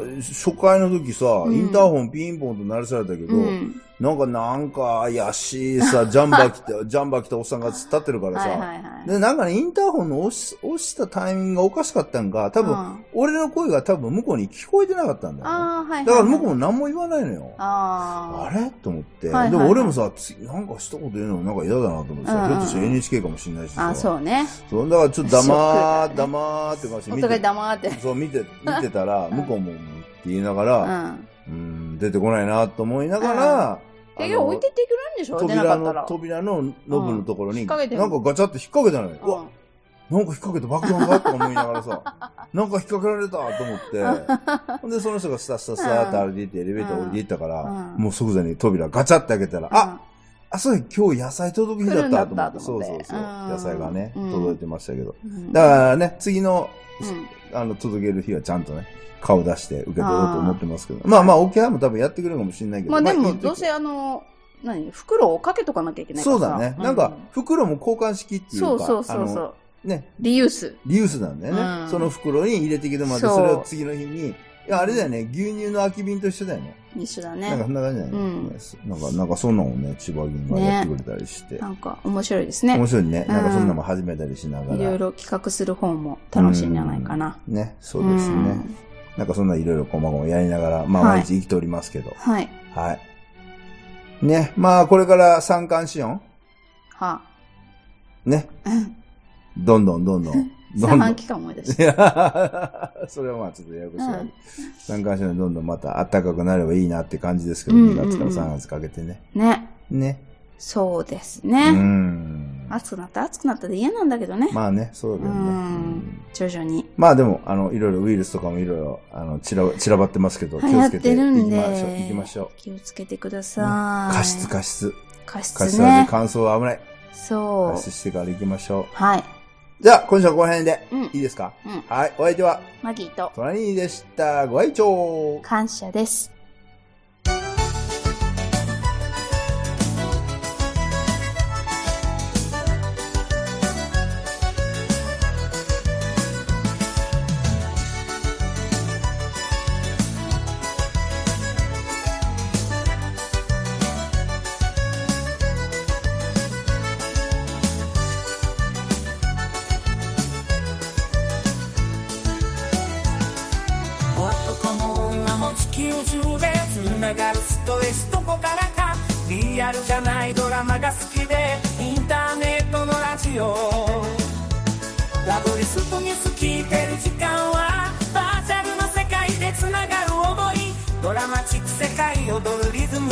[SPEAKER 2] 初回の時さ、
[SPEAKER 1] ん
[SPEAKER 2] インターホンピンポンと鳴らされたけど、
[SPEAKER 1] うん、
[SPEAKER 2] なんか、なんか、怪しい さ、ジャンバー着て、ジャンバー着たおっさんが突っ立ってるからさ、
[SPEAKER 1] はいはいはい。
[SPEAKER 2] で、なんかね、インターホンの押し、押したタイミングがおかしかったんか、多分、
[SPEAKER 1] うん
[SPEAKER 2] 俺の声が多分向こうに聞こえてなかったんだよ、ね。
[SPEAKER 1] ああ、はい、はい。
[SPEAKER 2] だから向こう
[SPEAKER 1] も、
[SPEAKER 2] も何も言わないのよ。
[SPEAKER 1] あ
[SPEAKER 2] あ
[SPEAKER 1] あ。
[SPEAKER 2] れと思って。
[SPEAKER 1] はいはい
[SPEAKER 2] でも俺もさ、つなんか一言言うのなんか嫌だなと思ってさ、
[SPEAKER 1] うんうん
[SPEAKER 2] ひょっとして NHK かもしれないしさ。
[SPEAKER 1] あそうね。
[SPEAKER 2] そうだからちょっと
[SPEAKER 1] ショッ
[SPEAKER 2] 黙ー、
[SPEAKER 1] クだよね
[SPEAKER 2] 黙ーって感じ
[SPEAKER 1] お
[SPEAKER 2] 見
[SPEAKER 1] 互
[SPEAKER 2] て
[SPEAKER 1] い、黙って。
[SPEAKER 2] そう見て、見てたら、
[SPEAKER 1] ん
[SPEAKER 2] 向こうも、うんって言いなが
[SPEAKER 1] う
[SPEAKER 2] ら、
[SPEAKER 1] ん。
[SPEAKER 2] うん、出てこないなと思いながら、あ
[SPEAKER 1] 結
[SPEAKER 2] の
[SPEAKER 1] 局置いてっていくらんでしょ出な
[SPEAKER 2] 扉
[SPEAKER 1] かった
[SPEAKER 2] の、
[SPEAKER 1] ら。
[SPEAKER 2] 扉のノブのところ
[SPEAKER 1] うん
[SPEAKER 2] に、
[SPEAKER 1] 引っ
[SPEAKER 2] なん
[SPEAKER 1] 掛
[SPEAKER 2] か
[SPEAKER 1] けてる
[SPEAKER 2] ガチャって引っ掛けたのよ。う
[SPEAKER 1] う
[SPEAKER 2] わ
[SPEAKER 1] ん
[SPEAKER 2] なんか引っ掛けて爆弾がとか思いなが らさ、なんか引っ掛けられたと思って、ほんでその人がスタスタスタって歩いていってエレベーター降りていったから、
[SPEAKER 1] うん
[SPEAKER 2] もう即座に扉ガチャって開けたら、あ、あ、そうや今日野菜届く日だっ
[SPEAKER 1] 来
[SPEAKER 2] たと思って。
[SPEAKER 1] るんだったと思って
[SPEAKER 2] そうそうそう。
[SPEAKER 1] うん
[SPEAKER 2] 野菜がね、
[SPEAKER 1] うん
[SPEAKER 2] 届いてましたけど。
[SPEAKER 1] うん、
[SPEAKER 2] だからね、次の、
[SPEAKER 1] うん
[SPEAKER 2] あの、届ける日はちゃんとね、顔出して受け取ろうと思ってますけど。まあまあ、OKR も多分やってくれるかもしれないけど。
[SPEAKER 1] まあで
[SPEAKER 2] い
[SPEAKER 1] も、
[SPEAKER 2] い時
[SPEAKER 1] どうせあの、何袋をかけとかなきゃいけないから
[SPEAKER 2] そう
[SPEAKER 1] さ
[SPEAKER 2] だね。なんか、袋も交換式ってい
[SPEAKER 1] そう
[SPEAKER 2] うか、
[SPEAKER 1] そうそう
[SPEAKER 2] あ
[SPEAKER 1] そ
[SPEAKER 2] の
[SPEAKER 1] う。
[SPEAKER 2] ね、
[SPEAKER 1] リユース。
[SPEAKER 2] リユースなんだよね。
[SPEAKER 1] うん
[SPEAKER 2] その袋に入れてきてもらって、
[SPEAKER 1] そう
[SPEAKER 2] それを次の日に、いや、あれだよね、牛乳の空き瓶と一緒だよね。
[SPEAKER 1] 一緒だ
[SPEAKER 2] なん
[SPEAKER 1] ね
[SPEAKER 2] かそ。んな感じだよね。
[SPEAKER 1] うん
[SPEAKER 2] なんか、なんかそんなのをね、千葉銀がやってくれたりして。
[SPEAKER 1] なんか面白いですね
[SPEAKER 2] 面。白いね。なんかそんな
[SPEAKER 1] う
[SPEAKER 2] も始めたりしながら。
[SPEAKER 1] いろいろ企画する方も楽しいんじゃないかな。
[SPEAKER 2] うん。ね、そうですね。
[SPEAKER 1] うん
[SPEAKER 2] なんかそんないろいろ細々やりながら、まあ
[SPEAKER 1] はい
[SPEAKER 2] 毎日生きておりますけど。
[SPEAKER 1] はい。
[SPEAKER 2] はい。ね、まあこれから三冠四温
[SPEAKER 1] は
[SPEAKER 2] ね、
[SPEAKER 1] あ。うん
[SPEAKER 2] どんどん どんどん。
[SPEAKER 1] 三
[SPEAKER 2] どんどん
[SPEAKER 1] 半。期間思い出し
[SPEAKER 2] いやそれはまあちょっとややこしいわ
[SPEAKER 1] うん
[SPEAKER 2] 三冠四温どんどんまた暖かくなればいいなって感じですけど、
[SPEAKER 1] うんうん
[SPEAKER 2] 2
[SPEAKER 1] うん
[SPEAKER 2] 月から3月かけてね。
[SPEAKER 1] た。ね。
[SPEAKER 2] ね。
[SPEAKER 1] そうです
[SPEAKER 2] う
[SPEAKER 1] ね。
[SPEAKER 2] ん。
[SPEAKER 1] 暑くなった暑くなったで嫌なんだけどね。
[SPEAKER 2] まあね、そうだよね。
[SPEAKER 1] うん
[SPEAKER 2] うん
[SPEAKER 1] 徐々に。
[SPEAKER 2] まあでも、あの、いろいろウイルスとかもいろいろ、あの、散ら、散らばってますけど、気
[SPEAKER 1] 流
[SPEAKER 2] を
[SPEAKER 1] 行
[SPEAKER 2] つ
[SPEAKER 1] っ
[SPEAKER 2] け
[SPEAKER 1] て
[SPEAKER 2] て
[SPEAKER 1] る
[SPEAKER 2] 行
[SPEAKER 1] ん
[SPEAKER 2] き
[SPEAKER 1] で。
[SPEAKER 2] ましょう。行きましょう。
[SPEAKER 1] 気をつけてください。
[SPEAKER 2] 過失、過失。
[SPEAKER 1] 過
[SPEAKER 2] 過
[SPEAKER 1] 失
[SPEAKER 2] 失は
[SPEAKER 1] ね。
[SPEAKER 2] 乾燥は危ない。
[SPEAKER 1] そ
[SPEAKER 2] 過
[SPEAKER 1] う。
[SPEAKER 2] 失してから行きましょ
[SPEAKER 1] はい。
[SPEAKER 2] う。じゃあ、今週はこの辺で、
[SPEAKER 1] うん
[SPEAKER 2] いいですか
[SPEAKER 1] うん。
[SPEAKER 2] はい、お相手は、
[SPEAKER 1] マギーと
[SPEAKER 2] トラニーでした。ご愛聴
[SPEAKER 1] 感謝です。
[SPEAKER 3] 男も女も地球中でつながるストレスどこからかリアルじゃないドラマが好きでインターネットのラジオラブリストに好きてる時間はバーチャルの世界でつながる想いドラマチック世界踊るリズム